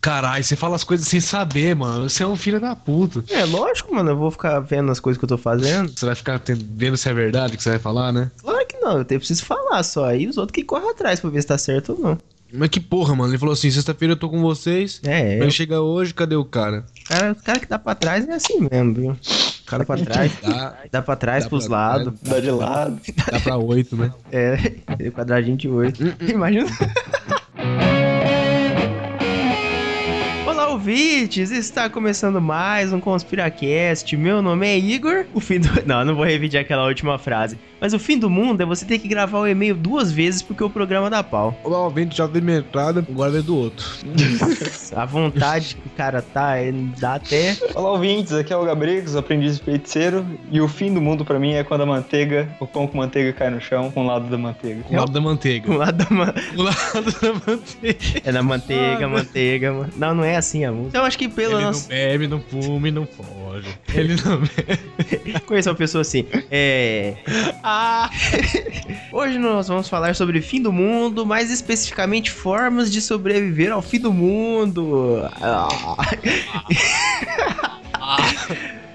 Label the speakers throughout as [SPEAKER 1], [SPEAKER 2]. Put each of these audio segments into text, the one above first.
[SPEAKER 1] Caralho, você fala as coisas sem saber, mano. Você é um filho da puta.
[SPEAKER 2] É lógico, mano, eu vou ficar vendo as coisas que eu tô fazendo.
[SPEAKER 1] Você vai ficar tendo- vendo se é verdade o que você vai falar, né?
[SPEAKER 2] Claro que não, eu te- preciso falar só. Aí os outros que correm atrás pra ver se tá certo ou não.
[SPEAKER 1] Mas que porra, mano. Ele falou assim: sexta-feira eu tô com vocês.
[SPEAKER 2] É, é.
[SPEAKER 1] Mas chega hoje, cadê o cara?
[SPEAKER 2] O cara, o cara que dá pra trás é assim mesmo, viu? O cara pra trás,
[SPEAKER 1] Dá,
[SPEAKER 2] dá pra trás,
[SPEAKER 1] Dá
[SPEAKER 2] pros
[SPEAKER 1] pra
[SPEAKER 2] lados.
[SPEAKER 1] trás, dá
[SPEAKER 2] de lado.
[SPEAKER 1] dá pra oito, né?
[SPEAKER 2] É, aquele quadradinho de
[SPEAKER 1] Hum,
[SPEAKER 2] oito. Imagina. Olá, ouvintes! Está começando mais um Conspiracast. Meu nome é Igor. O fim do... Não, eu não vou repetir aquela última frase. Mas o fim do mundo é você ter que gravar o e-mail duas vezes porque o programa dá pau.
[SPEAKER 1] Ó, vem já vem minha entrada, agora vem do outro.
[SPEAKER 2] A vontade que o cara tá, ele dá até...
[SPEAKER 3] Olá, ouvintes. Aqui é o Gabrigos, aprendiz de feiticeiro. E o fim do mundo pra mim é quando a manteiga, o pão com manteiga cai no chão, com o lado da manteiga.
[SPEAKER 1] O lado da manteiga.
[SPEAKER 2] O lado da man...
[SPEAKER 1] O lado da manteiga.
[SPEAKER 2] É na manteiga, manteiga, man... Não, não é assim a música. Então acho que pelo
[SPEAKER 1] Ele
[SPEAKER 2] nosso...
[SPEAKER 1] não bebe, não fuma e não foge. Ele não bebe.
[SPEAKER 2] Conheço uma pessoa assim. É. Ah! Hoje nós vamos falar sobre fim do mundo, mais especificamente formas de sobreviver ao fim do mundo. Ah.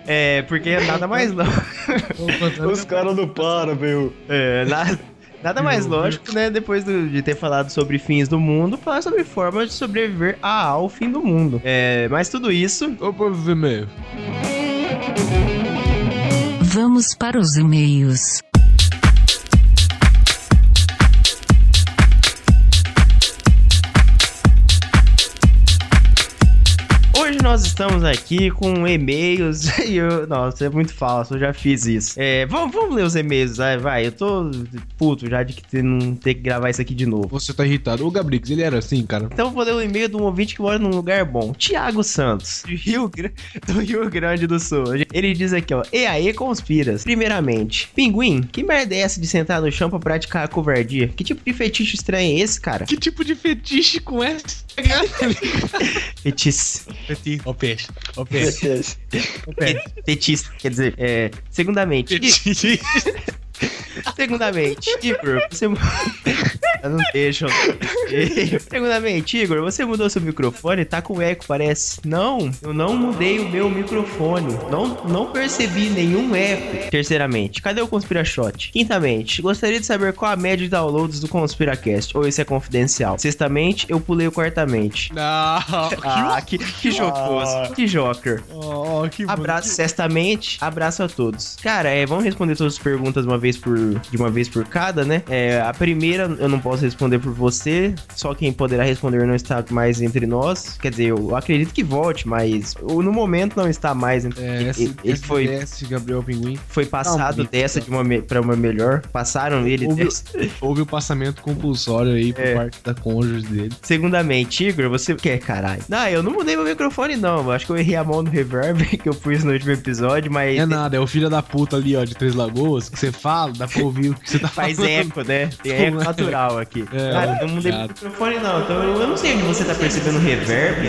[SPEAKER 2] É, porque nada mais lógico.
[SPEAKER 1] tá
[SPEAKER 3] Os caras não param, meu.
[SPEAKER 2] nada, É, nada mais lógico, né? Depois do- de ter falado sobre fins do mundo, falar sobre formas de sobreviver a- ao fim do mundo. É, mas tudo isso
[SPEAKER 1] Opa, vermelho.
[SPEAKER 4] Vamos para os e-mails.
[SPEAKER 2] Hoje nós estamos aqui com e-mails. E eu, nossa, é muito falso, eu já fiz isso. É, vamos, vamos ler os e-mails, vai, vai. Eu tô puto já de que ter- não ter que gravar isso aqui de novo.
[SPEAKER 1] Você tá irritado. Ô, Gabrix, ele era assim, cara.
[SPEAKER 2] Então eu vou ler o e-mail de um ouvinte que mora num lugar bom. Tiago Santos, do Rio, Gra- do Rio Grande do Sul. Ele diz aqui, ó. E aí, conspiras. Primeiramente, pinguim, que merda é essa de sentar no chão pra praticar a covardia? Que tipo de fetiche estranho é esse, cara?
[SPEAKER 1] Que tipo de fetiche com essa?
[SPEAKER 2] Fetiche.
[SPEAKER 1] Fetiche. Ó, peixe. Ó, peixe.
[SPEAKER 3] Esquece.
[SPEAKER 1] Ó, peixe.
[SPEAKER 2] Fetiche, quer dizer, é. Segundamente.
[SPEAKER 1] Fetiche.
[SPEAKER 2] Segundamente, Igor, você. mu- Eu não deixa. Segundamente, Igor, você mudou seu microfone? Tá com eco, parece. Não, eu não mudei o meu microfone. Não, não percebi nenhum eco. Terceiramente, cadê o Conspirashot? Quintamente, gostaria de saber qual a média de downloads do Conspiracast. Ou isso é confidencial? Sextamente, eu pulei o quartamente.
[SPEAKER 1] Não.
[SPEAKER 2] Ah, que, que jocoso. Que joker.
[SPEAKER 1] Ó, que
[SPEAKER 2] Abraço, sextamente. Abraço a todos. Cara, é, vamos responder todas as perguntas de uma vez por, de uma vez por cada, né? É, a primeira eu não posso responder por você. Só quem poderá responder não está mais entre nós. Quer dizer, eu acredito que volte, mas o- no momento não está mais entre
[SPEAKER 1] É,
[SPEAKER 2] Ele-
[SPEAKER 1] esse,
[SPEAKER 2] ele
[SPEAKER 1] esse
[SPEAKER 2] foi-
[SPEAKER 1] desce, Gabriel Pinguim.
[SPEAKER 2] Foi passado
[SPEAKER 1] bonito,
[SPEAKER 2] dessa
[SPEAKER 1] tá.
[SPEAKER 2] de uma me- pra uma melhor. Passaram ele
[SPEAKER 1] Ouviu?
[SPEAKER 2] dessa.
[SPEAKER 1] Houve o passamento compulsório aí por
[SPEAKER 2] É.
[SPEAKER 1] parte da cônjuge dele.
[SPEAKER 2] Segundamente, Igor, você quer, caralho? Não, eu não mudei meu microfone, não. Eu Acho que eu errei a mão no reverb que eu pus no último episódio, mas.
[SPEAKER 1] É nada, é o filho da puta ali, ó, de Três Lagoas, que você fala, dá pra ouvir o que você tá
[SPEAKER 2] Faz
[SPEAKER 1] falando.
[SPEAKER 2] eco, né? Tem eco natural aqui.
[SPEAKER 1] É,
[SPEAKER 2] Cara, eu não mudei o
[SPEAKER 1] obrigado.
[SPEAKER 2] microfone, não. Então eu eu não sei onde você tá percebendo reverb.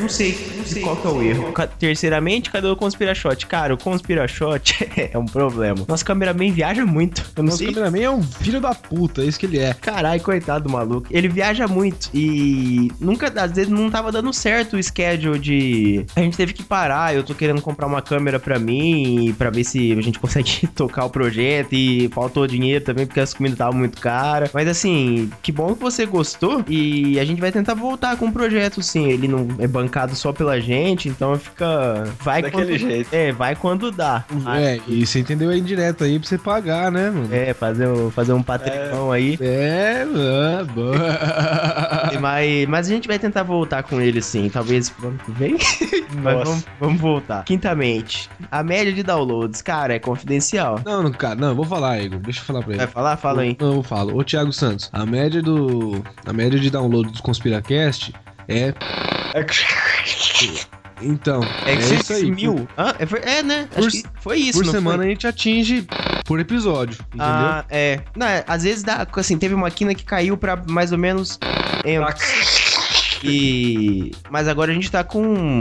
[SPEAKER 2] Não sei, não sei qual que é o erro. Ca- Terceiramente, cadê o Conspirashot? Cara, o Conspirashot é um problema. Nosso cameraman viaja muito. Eu não
[SPEAKER 1] Nosso
[SPEAKER 2] sei.
[SPEAKER 1] cameraman é um filho da puta, é isso que ele é.
[SPEAKER 2] Caralho, coitado do maluco. Ele viaja muito e nunca, às vezes, não tava dando certo o schedule de. A gente teve que parar. Eu tô querendo comprar uma câmera pra mim, pra ver se a gente consegue tocar o projeto. E faltou dinheiro também, porque as comidas estavam muito caras. Mas assim, que bom que você gostou. E a gente vai tentar voltar com o projeto, sim. Ele não é bancado só pela gente, então fica. Vai quando...
[SPEAKER 3] Daquele jeito. Uhum.
[SPEAKER 2] É, vai quando dá.
[SPEAKER 1] É, e você entendeu a indireta aí pra você pagar, né, mano?
[SPEAKER 2] É, fazer um, fazer um patricão aí.
[SPEAKER 1] É, mano. boa.
[SPEAKER 2] Mas, mas a gente vai tentar voltar com ele sim, talvez pro ano que vem. Mas vamos,
[SPEAKER 3] Nossa.
[SPEAKER 2] vamos voltar. Quintamente, a média de downloads, cara, é confidencial.
[SPEAKER 1] Não, não, cara, não, eu vou falar, Igor, deixa eu falar pra ele.
[SPEAKER 2] Vai falar? É, Fala aí.
[SPEAKER 1] Não, eu falo. Ô, Thiago Santos, a média do. A média de download do Conspiracast é.
[SPEAKER 3] É que-
[SPEAKER 1] Então.
[SPEAKER 2] É, que
[SPEAKER 1] isso aí.
[SPEAKER 2] mil. Hã? É, ver- é, né?
[SPEAKER 1] Por-
[SPEAKER 2] Acho que foi isso,
[SPEAKER 1] Por
[SPEAKER 2] não foi?
[SPEAKER 1] semana a gente atinge por episódio, entendeu?
[SPEAKER 2] Ah, é. Não, é, às vezes dá, assim, teve uma quina que caiu pra mais ou menos. em- E. Mas agora a gente tá com.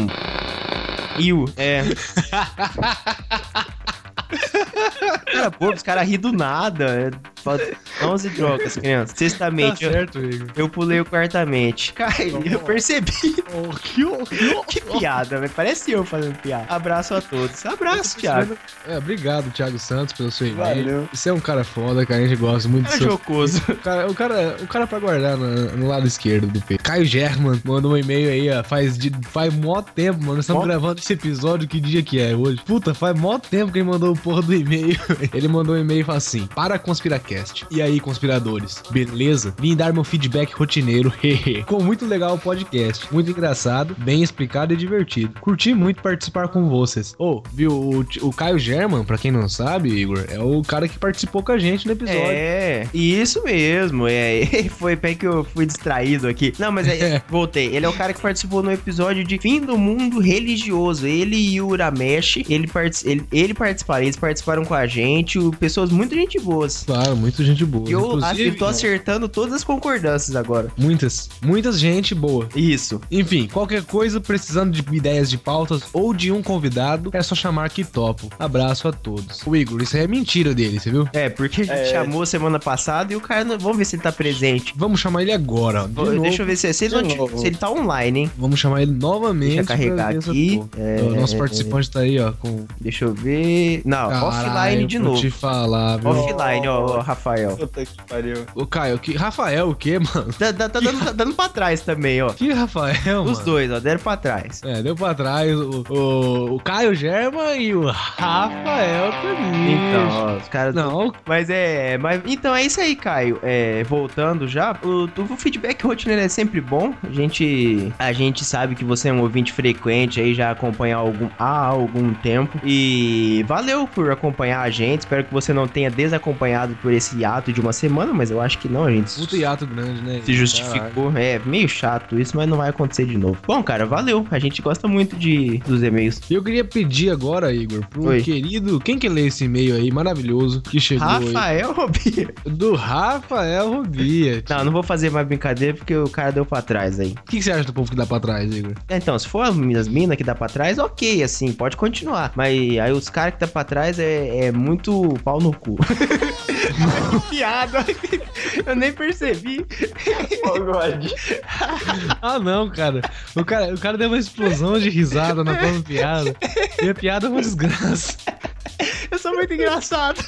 [SPEAKER 2] Iu, é. cara, pô, os caras ri do nada. é, Falta 11 drogas, criança. Sextamente, eu,
[SPEAKER 1] Tá certo, Igor.
[SPEAKER 2] eu pulei o quartamente. Cara, Tá eu percebi.
[SPEAKER 1] que horror.
[SPEAKER 2] Que piada, velho. Parece eu fazendo piada. Abraço a todos. Abraço, Thiago.
[SPEAKER 1] É, obrigado, Thiago Santos, pelo seu e-mail.
[SPEAKER 3] Valeu.
[SPEAKER 1] Você é um cara foda, cara. A gente gosta muito do
[SPEAKER 2] Era
[SPEAKER 1] seu
[SPEAKER 2] jocoso.
[SPEAKER 1] O cara, o cara, o cara pra guardar na- no, lado esquerdo do peito. Caio German mandou um e-mail aí, ó. Faz, de, faz mó tempo, mano. Nós estamos
[SPEAKER 2] Mó-
[SPEAKER 1] gravando esse episódio, que dia que é hoje? Puta, faz mó tempo que ele mandou o porra do e-mail. Ele mandou um e-mail e falou assim: Para Conspiracast. E aí, conspiradores, beleza? Vim dar meu feedback rotineiro, hehe. Ficou muito legal o podcast. Muito engraçado, bem explicado e divertido. Curti muito participar com vocês. Ô, viu, o, o Caio German, pra quem não sabe, Igor, é o cara que participou com a gente no episódio.
[SPEAKER 2] É, isso mesmo. É, foi bem que eu fui distraído aqui. Não, mas é,
[SPEAKER 1] É.
[SPEAKER 2] voltei. Ele é o cara que participou no episódio de Fim do Mundo Religioso. Ele e o Uramesh, ele, partici- ele, ele participaram, eles participaram com a gente, o- pessoas muito gente boas.
[SPEAKER 1] Claro, muita gente boa.
[SPEAKER 2] E eu
[SPEAKER 1] Inclusive,
[SPEAKER 2] acho que tô acertando todas as concordâncias agora.
[SPEAKER 1] Muitas, muitas gente boa.
[SPEAKER 2] Isso.
[SPEAKER 1] Enfim, qualquer coisa precisando de ideias de pautas ou de um convidado, é só chamar que topo. Abraço a todos. O Igor, isso aí é mentira dele, você viu?
[SPEAKER 2] É, porque a gente
[SPEAKER 3] É.
[SPEAKER 2] chamou semana passada e o cara. Não... Vamos ver se ele tá presente.
[SPEAKER 1] Vamos chamar ele agora. de novo.
[SPEAKER 2] Deixa eu ver se, se ele,
[SPEAKER 3] de
[SPEAKER 2] não-
[SPEAKER 3] novo.
[SPEAKER 2] se ele tá online, hein?
[SPEAKER 1] Vamos chamar ele novamente.
[SPEAKER 2] Deixa eu carregar
[SPEAKER 1] pra ver essa
[SPEAKER 2] aqui. É,
[SPEAKER 1] porra. O nosso participante tá aí, ó, com...
[SPEAKER 2] Deixa eu ver. Não, offline
[SPEAKER 1] Caralho,
[SPEAKER 2] de
[SPEAKER 1] vou
[SPEAKER 2] novo.
[SPEAKER 1] te falar, viu?
[SPEAKER 2] Offline, ó, ó, Rafael.
[SPEAKER 3] Puta que pariu.
[SPEAKER 1] Ô, Caio, que... Rafael o quê, mano?
[SPEAKER 2] Tá, tá- tá dando, tá dando pra trás também, ó.
[SPEAKER 1] Que Rafael,
[SPEAKER 2] Os
[SPEAKER 1] mano?
[SPEAKER 2] dois, ó, deram pra trás.
[SPEAKER 1] É, deu pra trás o, o, o Caio Germa e o Rafael Caniche.
[SPEAKER 2] Então, ó, os caras.
[SPEAKER 1] Não,
[SPEAKER 2] Mas é. Mas, então é isso aí, Caio. É, voltando já, o, o feedback rotineiro é sempre bom. A gente, a gente sabe que você é um ouvinte frequente aí, já acompanha há algum, há algum tempo. E valeu por acompanhar a gente. Espero que você não tenha desacompanhado por esse hiato de uma semana, mas eu acho que não, a gente.
[SPEAKER 1] puta hiato grande, né?
[SPEAKER 2] se justificou. É meio chato isso, mas não vai acontecer de novo. Bom, cara, valeu. A gente gosta muito de dos e-mails.
[SPEAKER 1] Eu queria pedir agora, Igor, pro
[SPEAKER 2] Oi.
[SPEAKER 1] querido, quem que lê esse e-mail aí maravilhoso que chegou
[SPEAKER 2] Rafael Robi.
[SPEAKER 1] aí? Do Rafael Rubia.
[SPEAKER 2] Não, não vou fazer mais brincadeira porque o cara deu pra trás aí.
[SPEAKER 1] O que, que você acha do povo que dá pra trás, Igor?
[SPEAKER 2] Então, se for as minas que dá pra trás, ok, assim, pode continuar. Mas aí os caras que dá pra trás é, é muito pau no cu. Piada. Eu nem percebi.
[SPEAKER 3] Oh, God.
[SPEAKER 1] Ah, não, cara. O cara, o cara deu uma explosão de risada na tua piada. E a piada é uma desgraça.
[SPEAKER 2] Eu sou muito engraçado.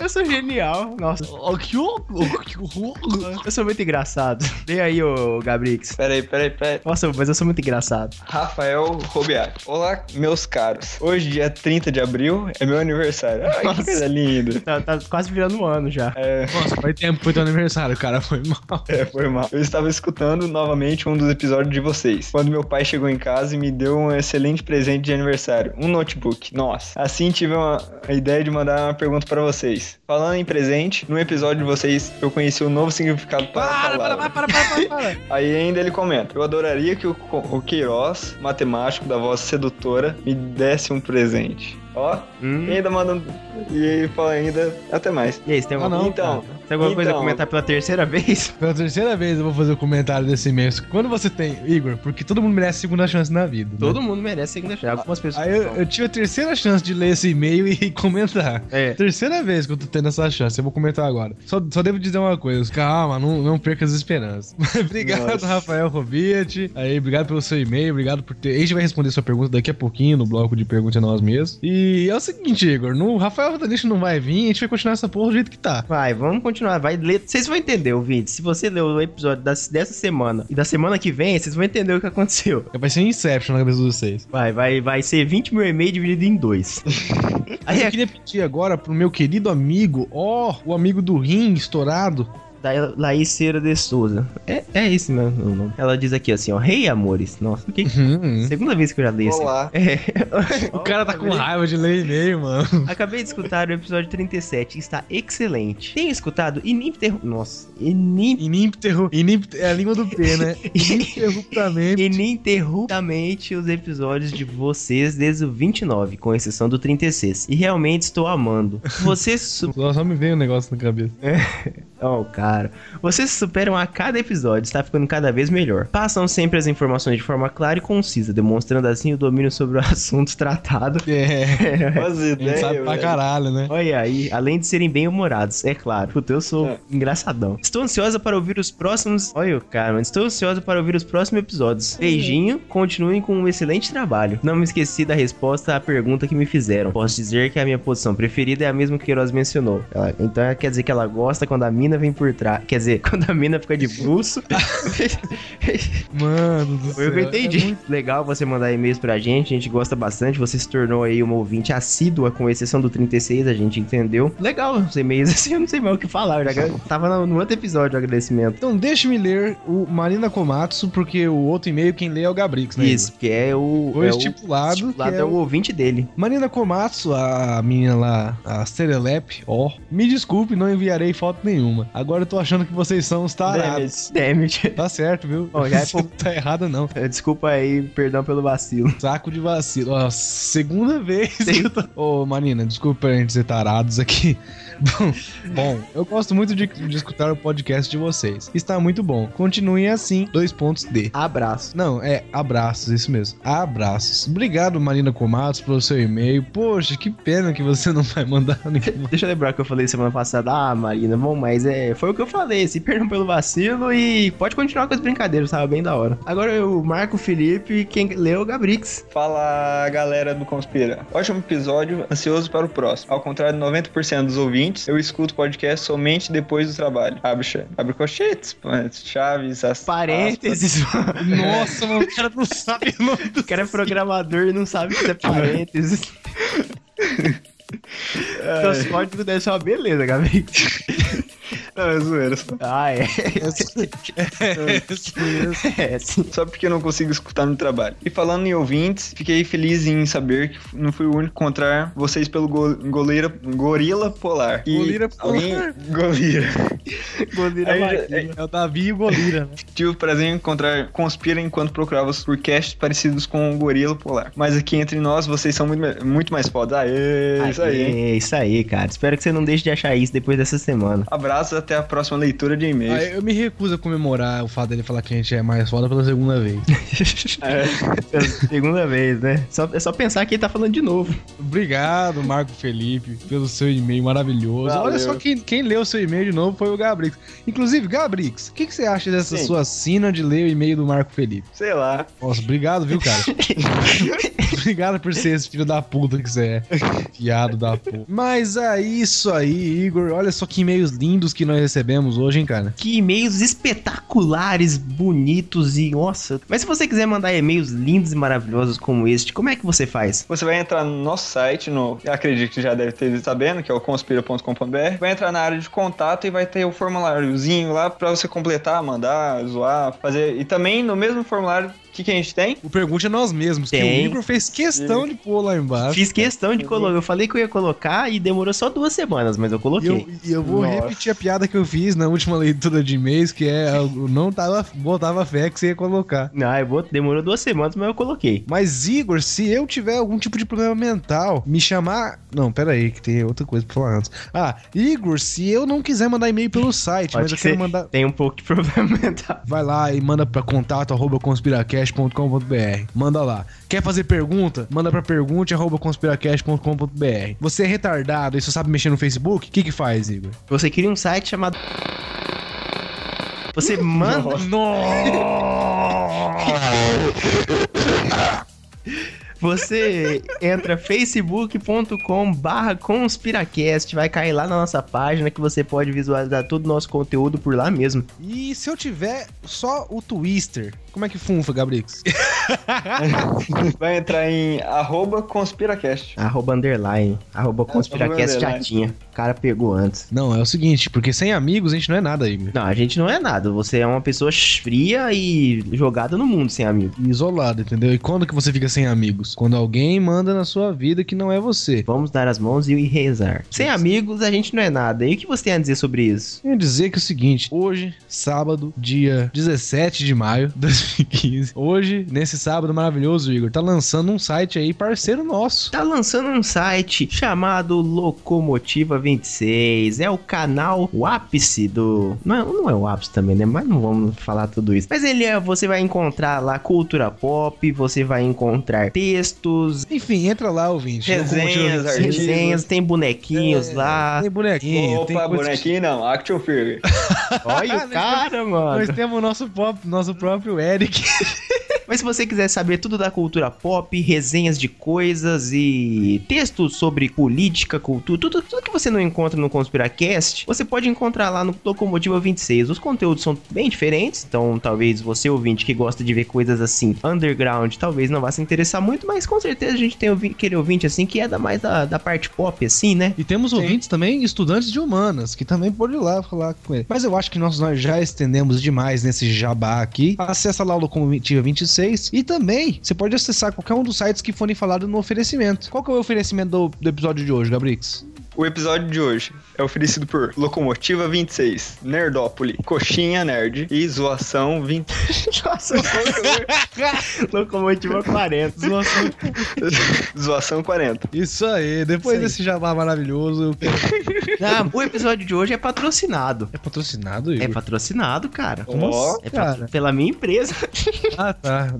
[SPEAKER 2] Eu sou genial. Nossa.
[SPEAKER 1] Ó, que horror, que horror.
[SPEAKER 2] Eu sou muito engraçado. Vem aí, ô Gabrix.
[SPEAKER 3] Peraí, peraí, peraí.
[SPEAKER 2] Nossa, mas eu sou muito engraçado.
[SPEAKER 3] Rafael Robiac. Olá, meus caros. Hoje, dia 30 de abril, é meu aniversário. Ai,
[SPEAKER 2] Nossa.
[SPEAKER 3] que coisa linda.
[SPEAKER 2] Tá, tá quase virando um ano já.
[SPEAKER 3] É,
[SPEAKER 1] Nossa, faz tempo que foi teu aniversário, cara. Foi mal.
[SPEAKER 3] é, foi mal. Eu estava escutando novamente um dos episódios de vocês. Quando meu pai chegou em casa e me deu um excelente presente de aniversário, um notebook. Nossa. Assim tive uma, a ideia de mandar uma pergunta pra vocês. Falando em presente, no episódio de vocês eu conheci um novo significado para, a palavra.
[SPEAKER 1] para, para, para.
[SPEAKER 3] Aí ainda ele comenta: Eu adoraria que o, Co- o Queiroz, matemático da voz sedutora, me desse um presente. Ó,
[SPEAKER 2] Hum.
[SPEAKER 3] e ainda manda. um- E ele fala ainda. Até mais.
[SPEAKER 2] E aí, você tem alguma,
[SPEAKER 1] Ah, não,
[SPEAKER 3] então,
[SPEAKER 2] tem alguma coisa a
[SPEAKER 3] então.
[SPEAKER 2] comentar pela terceira vez?
[SPEAKER 1] Pela terceira vez eu vou fazer o comentário desse mês. Quando você tem, Igor, porque todo mundo merece segunda chance na vida. né?
[SPEAKER 2] Todo mundo merece segunda chance. Algumas pessoas.
[SPEAKER 1] Aí eu, eu tive a terceira chance de ler esse e-mail e comentar.
[SPEAKER 2] É.
[SPEAKER 1] Terceira vez que eu tô tendo essa chance, eu vou comentar agora. Só, só devo dizer uma coisa, calma, não, não perca as esperanças. obrigado,
[SPEAKER 3] Nossa.
[SPEAKER 1] Rafael Robiet. Aí, obrigado pelo seu e-mail, obrigado por ter. A gente vai responder sua pergunta daqui a pouquinho no bloco de perguntas a nós mesmos. E é o seguinte, Igor, no, o Rafael Rodanicho não vai vir, a gente vai continuar essa porra do jeito que tá.
[SPEAKER 2] Vai, vamos continuar. Vai ler. Vocês vão entender, ouvinte. Se você leu o episódio das- dessa semana e da semana que vem, vocês vão entender o que aconteceu.
[SPEAKER 1] Vai ser Inception na cabeça de vocês.
[SPEAKER 2] Vai, vai, vai ser 20 mil e-mail dividido em dois. Aí
[SPEAKER 1] Eu
[SPEAKER 2] é.
[SPEAKER 1] queria pedir agora pro meu querido amigo, ó, o amigo do rim estourado.
[SPEAKER 2] Da Laís Cera de Souza. É, é isso mesmo. o nome. Ela diz aqui assim, ó. Rei, amores. Nossa, o que.
[SPEAKER 1] Uhum.
[SPEAKER 2] Segunda vez que eu já li isso.
[SPEAKER 3] Olá.
[SPEAKER 1] É, O cara tá com raiva de ler e-mail, mano.
[SPEAKER 2] Acabei de escutar o episódio 37. Está excelente. Tenho escutado ininterruptamente. Nossa, ininterruptamente.
[SPEAKER 1] Ininterru... Ininter... É a língua do P, né? Ininterruptamente.
[SPEAKER 2] ininterruptamente os episódios de vocês desde o 29, com exceção do 36. E realmente estou amando. Vocês. su-
[SPEAKER 1] Só, só me veio um negócio na cabeça.
[SPEAKER 2] Oh, cara. Vocês se superam a cada episódio, está ficando cada vez melhor. Passam sempre as informações de forma clara e concisa, demonstrando assim o domínio sobre o assunto tratado.
[SPEAKER 1] É,
[SPEAKER 3] Quase
[SPEAKER 1] a gente
[SPEAKER 3] ideia,
[SPEAKER 1] sabe
[SPEAKER 2] é.
[SPEAKER 1] pra
[SPEAKER 3] velho.
[SPEAKER 1] caralho, né?
[SPEAKER 2] Olha aí, além de serem bem-humorados, é claro. Puta, eu sou
[SPEAKER 3] É.
[SPEAKER 2] engraçadão. Estou ansiosa para ouvir os próximos. Olha o cara, mano. Estou ansiosa para ouvir os próximos episódios. Beijinho, continuem com um excelente trabalho. Não me esqueci da resposta à pergunta que me fizeram. Posso dizer que a minha posição preferida é a mesma que Queiroz mencionou. Ela- então quer dizer que ela gosta quando a mina vem por trás. Quer dizer, quando a mina fica de bruxo.
[SPEAKER 1] Mano do É
[SPEAKER 2] Foi o que eu entendi. é muito legal você mandar e-mails pra gente, a gente gosta bastante. Você se tornou aí uma ouvinte assídua, com exceção do 36, a gente entendeu. Legal os e-mails, assim, eu não sei mais o que falar. Eu já agra- tava no, no outro episódio o agradecimento.
[SPEAKER 1] Então deixe-me ler o Marina Komatsu, porque o outro e-mail quem lê é o Gabrix, né?
[SPEAKER 2] Isso, que é o.
[SPEAKER 1] Igor? Foi
[SPEAKER 2] é o
[SPEAKER 1] estipulado, que
[SPEAKER 2] estipulado
[SPEAKER 1] é
[SPEAKER 2] é o ouvinte dele.
[SPEAKER 1] Marina Komatsu, a menina lá, a Serelep, ó. Me desculpe, não enviarei foto nenhuma. Agora eu tô achando que vocês são os tarados.
[SPEAKER 2] Damage.
[SPEAKER 1] Tá certo, viu?
[SPEAKER 2] Ó, já é
[SPEAKER 1] Você não tá errado, não.
[SPEAKER 2] Desculpa aí, perdão pelo vacilo.
[SPEAKER 1] Saco de vacilo. Ó, segunda vez que eu tô... Ô, Marina, desculpa a gente ser tarados aqui. Bom, bom, eu gosto muito de, de escutar o podcast de vocês. Está muito bom. Continuem assim. Dois pontos D.
[SPEAKER 2] Abraço.
[SPEAKER 1] Não, é abraços, isso mesmo. Abraços. Obrigado, Marina Comatos, pelo seu e-mail. Poxa, que pena que você não vai mandar nenhum.
[SPEAKER 2] Deixa eu lembrar o que eu falei semana passada. Ah, Marina, bom, mas é, foi o que eu falei. Se perdão pelo vacilo e pode continuar com as brincadeiras, tava bem da hora. Agora eu marco o Felipe, quem leu é o Gabrix.
[SPEAKER 3] Fala galera do Conspira. Ótimo episódio, ansioso para o próximo. Ao contrário de 90% dos ouvintes, eu escuto podcast somente depois do trabalho. Abre, cha- abre colchetes, chaves, as
[SPEAKER 2] Parênteses, mano.
[SPEAKER 1] Nossa, mano, o cara não sabe o nome
[SPEAKER 2] O cara é programador e não sabe que é parênteses. Seus cortes do Dash é uma beleza, Gabrix.
[SPEAKER 3] aspas. Não, é zoeira. só.
[SPEAKER 2] Ah, é.
[SPEAKER 1] mesmo.
[SPEAKER 2] É, sim.
[SPEAKER 3] Só porque eu não consigo escutar no trabalho. E falando em ouvintes, fiquei feliz em saber que não fui o único a encontrar vocês pelo go goleira, gorila polar. E
[SPEAKER 1] Golira polar.
[SPEAKER 3] Alguém, golira.
[SPEAKER 2] Goleira
[SPEAKER 3] Aí já-
[SPEAKER 2] Marina.
[SPEAKER 1] É o Davi e o Golira, né?
[SPEAKER 3] Tive o prazer em encontrar Conspira enquanto procurava por casts parecidos com o Gorila Polar. Mas aqui entre nós, vocês são muito, me- muito mais fodas. Aê, isso aí, hein?
[SPEAKER 2] É isso aí, cara. Espero que você não deixe de achar isso depois dessa semana.
[SPEAKER 3] Abraços, até a próxima leitura de e-mails.
[SPEAKER 1] Ah, eu me recuso a comemorar o fato dele falar que a gente é mais foda pela segunda vez.
[SPEAKER 3] É,
[SPEAKER 2] Segunda vez, né? Só- é só pensar que ele tá falando de novo.
[SPEAKER 1] Obrigado, Marco Felipe, pelo seu e-mail maravilhoso.
[SPEAKER 3] Valeu.
[SPEAKER 1] Olha só quem, quem leu seu e-mail de novo foi o Gabrix. Inclusive, Gabrix, o que, que você acha dessa
[SPEAKER 3] Sim.
[SPEAKER 1] sua sina de ler o e-mail do Marco Felipe?
[SPEAKER 3] sei lá.
[SPEAKER 1] Nossa, obrigado, viu, cara? obrigado por ser esse filho da puta que você é. Fiado da puta. Mas é isso aí, Igor. Olha só que e-mails lindos que nós recebemos hoje, hein, cara?
[SPEAKER 2] Que e-mails espetaculares, bonitos e nossa. Mas se você quiser mandar e-mails lindos e maravilhosos como este, como é que você faz?
[SPEAKER 3] Você vai entrar no nosso site, no, eu acredito que já deve ter sabendo, que é o conspira.com.br. Vai entrar na área de contato e vai ter o formuláriozinho lá pra você completar, mandar, zoar, fazer. E também no mesmo formulário, o que, que a gente tem?
[SPEAKER 1] O pergunte é nós mesmos, que
[SPEAKER 2] Tem.
[SPEAKER 1] o Igor fez questão de pôr lá embaixo.
[SPEAKER 2] Fiz questão de colocar. Eu falei que eu ia colocar e demorou só duas semanas, mas eu
[SPEAKER 1] E
[SPEAKER 2] coloquei.
[SPEAKER 1] eu, e eu vou
[SPEAKER 3] Nossa.
[SPEAKER 1] repetir a piada que eu fiz na última leitura de e-mails, que é eu não tava, botava fé que você ia colocar.
[SPEAKER 2] Não, Ah, eu bot- demorou duas semanas, mas eu coloquei.
[SPEAKER 1] Mas, Igor, se eu tiver algum tipo de problema mental, me chamar. Não, pera aí, que tem outra coisa pra falar antes. Ah, Igor, se eu não quiser mandar e-mail pelo site,
[SPEAKER 2] Pode
[SPEAKER 1] mas eu
[SPEAKER 2] ser.
[SPEAKER 1] quero mandar.
[SPEAKER 2] Tem um pouco de problema mental.
[SPEAKER 1] Vai lá e manda pra contato arroba conspiracast.com.br. Manda lá. Quer fazer pergunta? Manda pra pergunte arroba conspiracast.com.br. Você é retardado e só sabe mexer no Facebook? O que que faz, Igor?
[SPEAKER 2] Você cria um site chamado. Você manda. Você entra facebook.com barra conspiracast, vai cair lá na nossa página que você pode visualizar todo o nosso conteúdo por lá mesmo.
[SPEAKER 1] E se eu tiver só o Twister, como é que funfa, Gabrix?
[SPEAKER 3] Vai entrar em arroba conspiracast.
[SPEAKER 2] Arroba underline, arroba conspiracast
[SPEAKER 3] underline.
[SPEAKER 2] já tinha. O cara pegou antes.
[SPEAKER 1] Não, é o seguinte, porque sem amigos a gente não é nada, Igor.
[SPEAKER 2] Não, a gente não é nada. Você é uma pessoa fria e jogada no mundo sem amigo.
[SPEAKER 1] Isolado, entendeu? E quando que você fica sem amigos? Quando alguém manda na sua vida que não é você.
[SPEAKER 2] Vamos dar as mãos e rezar. Sem amigos, a gente não é nada. E o que você tem a dizer sobre isso?
[SPEAKER 1] Tenho a dizer que é o seguinte, hoje, sábado, dia 17 de maio de 2015, hoje, nesse sábado maravilhoso, Igor, tá lançando um site aí, parceiro nosso.
[SPEAKER 2] Tá lançando um site chamado Locomotiva 26. É o canal, o ápice do. Não, não é o ápice também, né? Mas não vamos falar tudo isso. Mas ele é. Você vai encontrar lá cultura pop, você vai encontrar textos,
[SPEAKER 1] Enfim, entra lá, ouvinte.
[SPEAKER 3] Resenhas,
[SPEAKER 1] Locomotiva-
[SPEAKER 3] artigos.
[SPEAKER 2] resenhas, tem bonequinhos lá.
[SPEAKER 1] Tem bonequinho. tem
[SPEAKER 3] Opa,
[SPEAKER 1] coisa-
[SPEAKER 3] bonequinho não, action figure.
[SPEAKER 2] Olha o cara, mano.
[SPEAKER 1] Nós temos o nosso, pop, nosso próprio Eric.
[SPEAKER 2] Mas se você quiser saber tudo da cultura pop, resenhas de coisas e textos sobre política, cultura, tudo, tudo que você não encontra no Conspiracast, você pode encontrar lá no Locomotiva 26. Os conteúdos são bem diferentes, então talvez você ouvinte que gosta de ver coisas assim underground, talvez não vá se interessar muito, mas com certeza a gente tem ouvi- aquele ouvinte assim que é da mais da, da parte pop assim, né?
[SPEAKER 1] E temos ouvintes também, estudantes de humanas, que também pode ir lá falar com ele. Mas eu acho que nós, nós já estendemos demais nesse jabá aqui. Acessa lá o Locomotiva 26 e também você pode acessar qualquer um dos sites que forem falados no oferecimento. Qual que é o oferecimento do, do episódio de hoje, Gabrix?
[SPEAKER 3] O episódio de hoje é oferecido por Locomotiva 26, Nerdópole, Coxinha Nerd e Zoação 20.
[SPEAKER 2] Nossa, Locomotiva 40.
[SPEAKER 3] Zoação 40.
[SPEAKER 1] Isso aí, depois
[SPEAKER 2] Isso aí.
[SPEAKER 1] desse jabá maravilhoso, eu quero-
[SPEAKER 2] Ah, o episódio de hoje é patrocinado.
[SPEAKER 1] é patrocinado,
[SPEAKER 2] É
[SPEAKER 1] Igor?
[SPEAKER 2] patrocinado, cara.
[SPEAKER 3] Como Ó,
[SPEAKER 2] É pra-
[SPEAKER 1] cara?
[SPEAKER 2] pela minha empresa.
[SPEAKER 1] Ah, tá.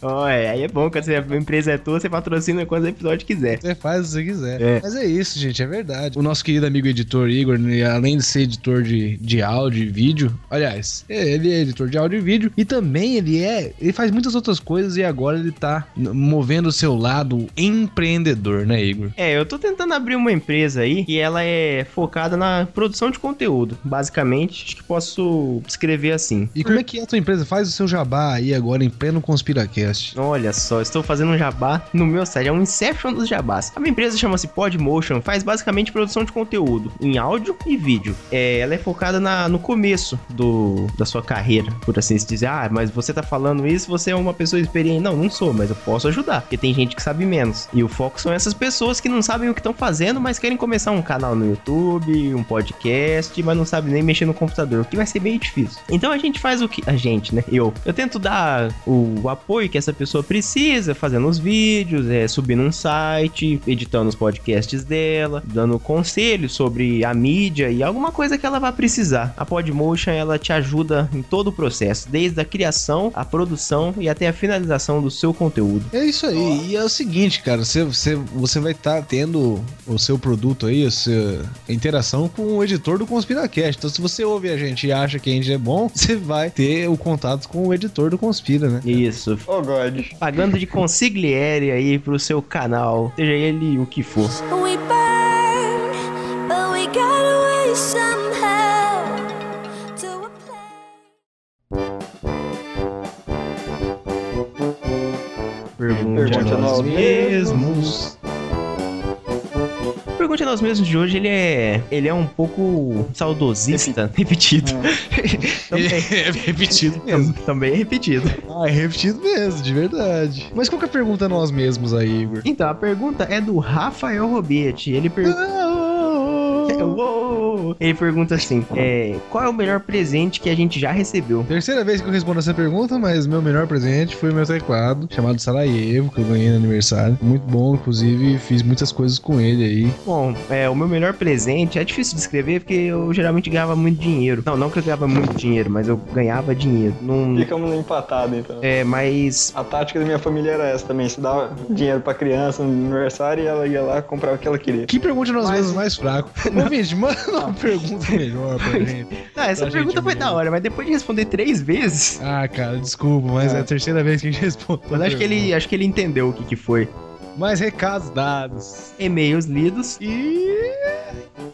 [SPEAKER 2] Olha, aí é bom quando você- a empresa é tua, você patrocina quantos episódios quiser.
[SPEAKER 1] Você faz o que você quiser.
[SPEAKER 2] É.
[SPEAKER 1] Mas é isso, gente, é verdade. O nosso querido amigo editor Igor, né, além de ser editor de, de áudio e vídeo, aliás, é, ele é editor de áudio e vídeo, e também ele é. Ele faz muitas outras coisas e agora ele tá n- movendo o seu lado empreendedor, né, Igor?
[SPEAKER 2] É, eu tô tentando abrir uma empresa aí e ela é focada na produção de conteúdo. Basicamente, acho que posso escrever assim.
[SPEAKER 1] E como é que é a tua empresa? Faz o seu jabá aí agora em pleno Conspiracast.
[SPEAKER 2] Olha só, estou fazendo um jabá no meu site, é um Inception dos jabás. A minha empresa chama-se Podmotion, faz basicamente produção de conteúdo em áudio e vídeo. É, ela é focada na- no começo do, da sua carreira, por assim se dizer. Ah, mas você tá falando isso, você é uma pessoa experiente. Não, não sou, mas eu posso ajudar, porque tem gente que sabe menos. E o foco são essas pessoas que não sabem o que estão fazendo, mas querem começar um canal no YouTube, um podcast, mas não sabem nem mexer no computador, o que vai ser meio difícil. Então a gente faz o que? A gente, né? Eu. Eu tento dar o apoio que essa pessoa precisa, fazendo os vídeos, é, subindo um site, editando os podcasts dela, dando conselhos sobre a mídia e alguma coisa que ela vai precisar. A Podmotion, ela te ajuda em todo o processo, desde a criação, a produção e até a finalização do seu conteúdo.
[SPEAKER 1] É isso aí.
[SPEAKER 3] Ó.
[SPEAKER 1] E é o seguinte, cara, você, você, você vai estar tendo o seu produto aí, a sua interação com o editor do Conspiracast. Então, se você ouve a gente e acha que a gente é bom, você vai ter o contato com o editor do Conspira, né?
[SPEAKER 2] Isso,
[SPEAKER 3] Oh, God.
[SPEAKER 2] pagando de consigliere aí pro seu canal, seja ele o que for.
[SPEAKER 5] We burn, but we got away somehow to a place.
[SPEAKER 3] Pergunte a nós
[SPEAKER 1] mesmos.
[SPEAKER 2] Pergunte a nós mesmos de hoje, ele é. Ele é um pouco saudosista. Repetido. também,
[SPEAKER 1] É repetido mesmo.
[SPEAKER 2] tam- também é repetido.
[SPEAKER 1] Ah, é repetido mesmo, de verdade. Mas qual que é a pergunta a nós mesmos aí, Igor?
[SPEAKER 2] Então, a pergunta é do Rafael Robetti. Ele pergunta.
[SPEAKER 1] É,
[SPEAKER 2] Uou! Ele pergunta assim: é, qual é o melhor presente que a gente já recebeu?
[SPEAKER 1] Terceira vez que eu respondo essa pergunta, mas meu melhor presente foi meu teclado, chamado Sarajevo, que eu ganhei no aniversário. Muito bom, inclusive, fiz muitas coisas com ele aí.
[SPEAKER 2] Bom, é, o meu melhor presente é difícil de escrever porque eu geralmente ganhava muito dinheiro. Não, não que eu ganhava muito dinheiro, mas eu ganhava dinheiro. Num,
[SPEAKER 3] Ficamos empatados, então.
[SPEAKER 2] é, mas
[SPEAKER 3] A tática da minha família era essa também. Você dava dinheiro pra criança no aniversário e ela ia lá comprar o que ela queria.
[SPEAKER 1] Que pergunta nós
[SPEAKER 3] Mas-
[SPEAKER 1] mesmos mais fraco? Ouvinte, manda uma pergunta melhor pra gente.
[SPEAKER 2] Não, Ah, essa
[SPEAKER 1] Pra
[SPEAKER 2] pergunta
[SPEAKER 1] gente
[SPEAKER 2] foi
[SPEAKER 1] mesmo.
[SPEAKER 2] da hora, mas depois de responder três vezes,
[SPEAKER 1] Ah, cara, desculpa, mas é a terceira vez que a gente responde.
[SPEAKER 2] mas acho que ele, acho que ele entendeu o que, que foi.
[SPEAKER 1] Mais recados dados.
[SPEAKER 2] E-mails lidos,
[SPEAKER 1] E.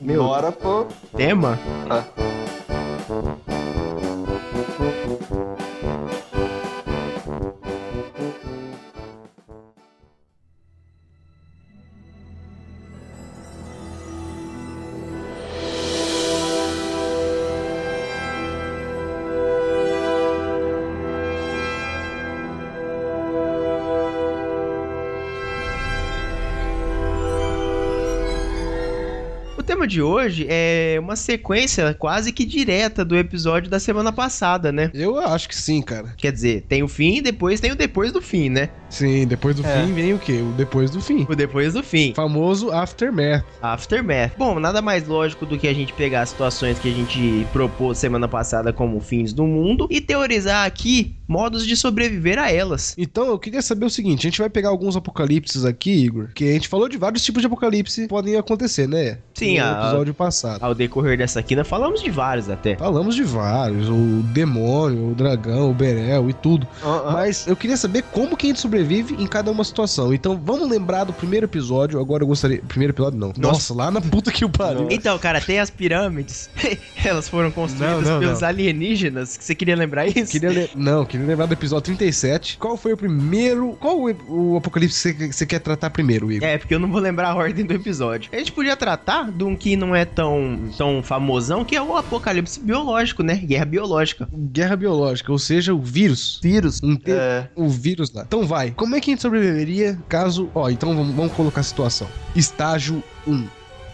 [SPEAKER 2] Meu.
[SPEAKER 3] Bora pro
[SPEAKER 2] tema.
[SPEAKER 3] Ah.
[SPEAKER 2] O tema de hoje é uma sequência quase que direta do episódio da semana passada, né?
[SPEAKER 1] Eu acho que sim, cara.
[SPEAKER 2] Quer dizer, tem o fim e depois tem o depois do fim, né?
[SPEAKER 1] Sim, depois do
[SPEAKER 2] É.
[SPEAKER 1] fim vem o quê? O depois do fim.
[SPEAKER 2] O depois do fim.
[SPEAKER 1] O famoso aftermath.
[SPEAKER 2] Aftermath. Bom, nada mais lógico do que a gente pegar as situações que a gente propôs semana passada como fins do mundo e teorizar aqui modos de sobreviver a elas.
[SPEAKER 1] Então, eu queria saber o seguinte: a gente vai pegar alguns apocalipses aqui, Igor. Que a gente falou de vários tipos de apocalipse que podem acontecer, né?
[SPEAKER 2] Sim,
[SPEAKER 1] No
[SPEAKER 2] a-
[SPEAKER 1] episódio passado.
[SPEAKER 2] Ao decorrer dessa quina, falamos de vários até.
[SPEAKER 1] Falamos de vários: o demônio, o dragão, o berel e tudo. Mas eu queria saber como que a gente sobrevive em cada uma situação. Então vamos lembrar do primeiro episódio. Agora eu gostaria. Primeiro episódio não. Nossa, lá na puta que o pariu.
[SPEAKER 3] Nossa.
[SPEAKER 2] Então, cara, tem as pirâmides. Elas foram construídas
[SPEAKER 1] Não, não,
[SPEAKER 2] pelos alienígenas. Você queria lembrar isso?
[SPEAKER 1] Queria le- Não, queria lembrar do episódio 37. Qual foi o primeiro. Qual o, ep- o apocalipse que você- você quer tratar primeiro, Igor?
[SPEAKER 2] É, porque eu não vou lembrar a ordem do episódio. A gente podia tratar de um que não é tão, tão famosão, que é o apocalipse biológico, né? Guerra biológica.
[SPEAKER 1] Guerra biológica, ou seja, o vírus. Vírus.
[SPEAKER 3] É.
[SPEAKER 1] O vírus lá. Então vai. Como é que a gente sobreviveria caso. Ó, então vamos, vamos colocar a situação. Estágio 1.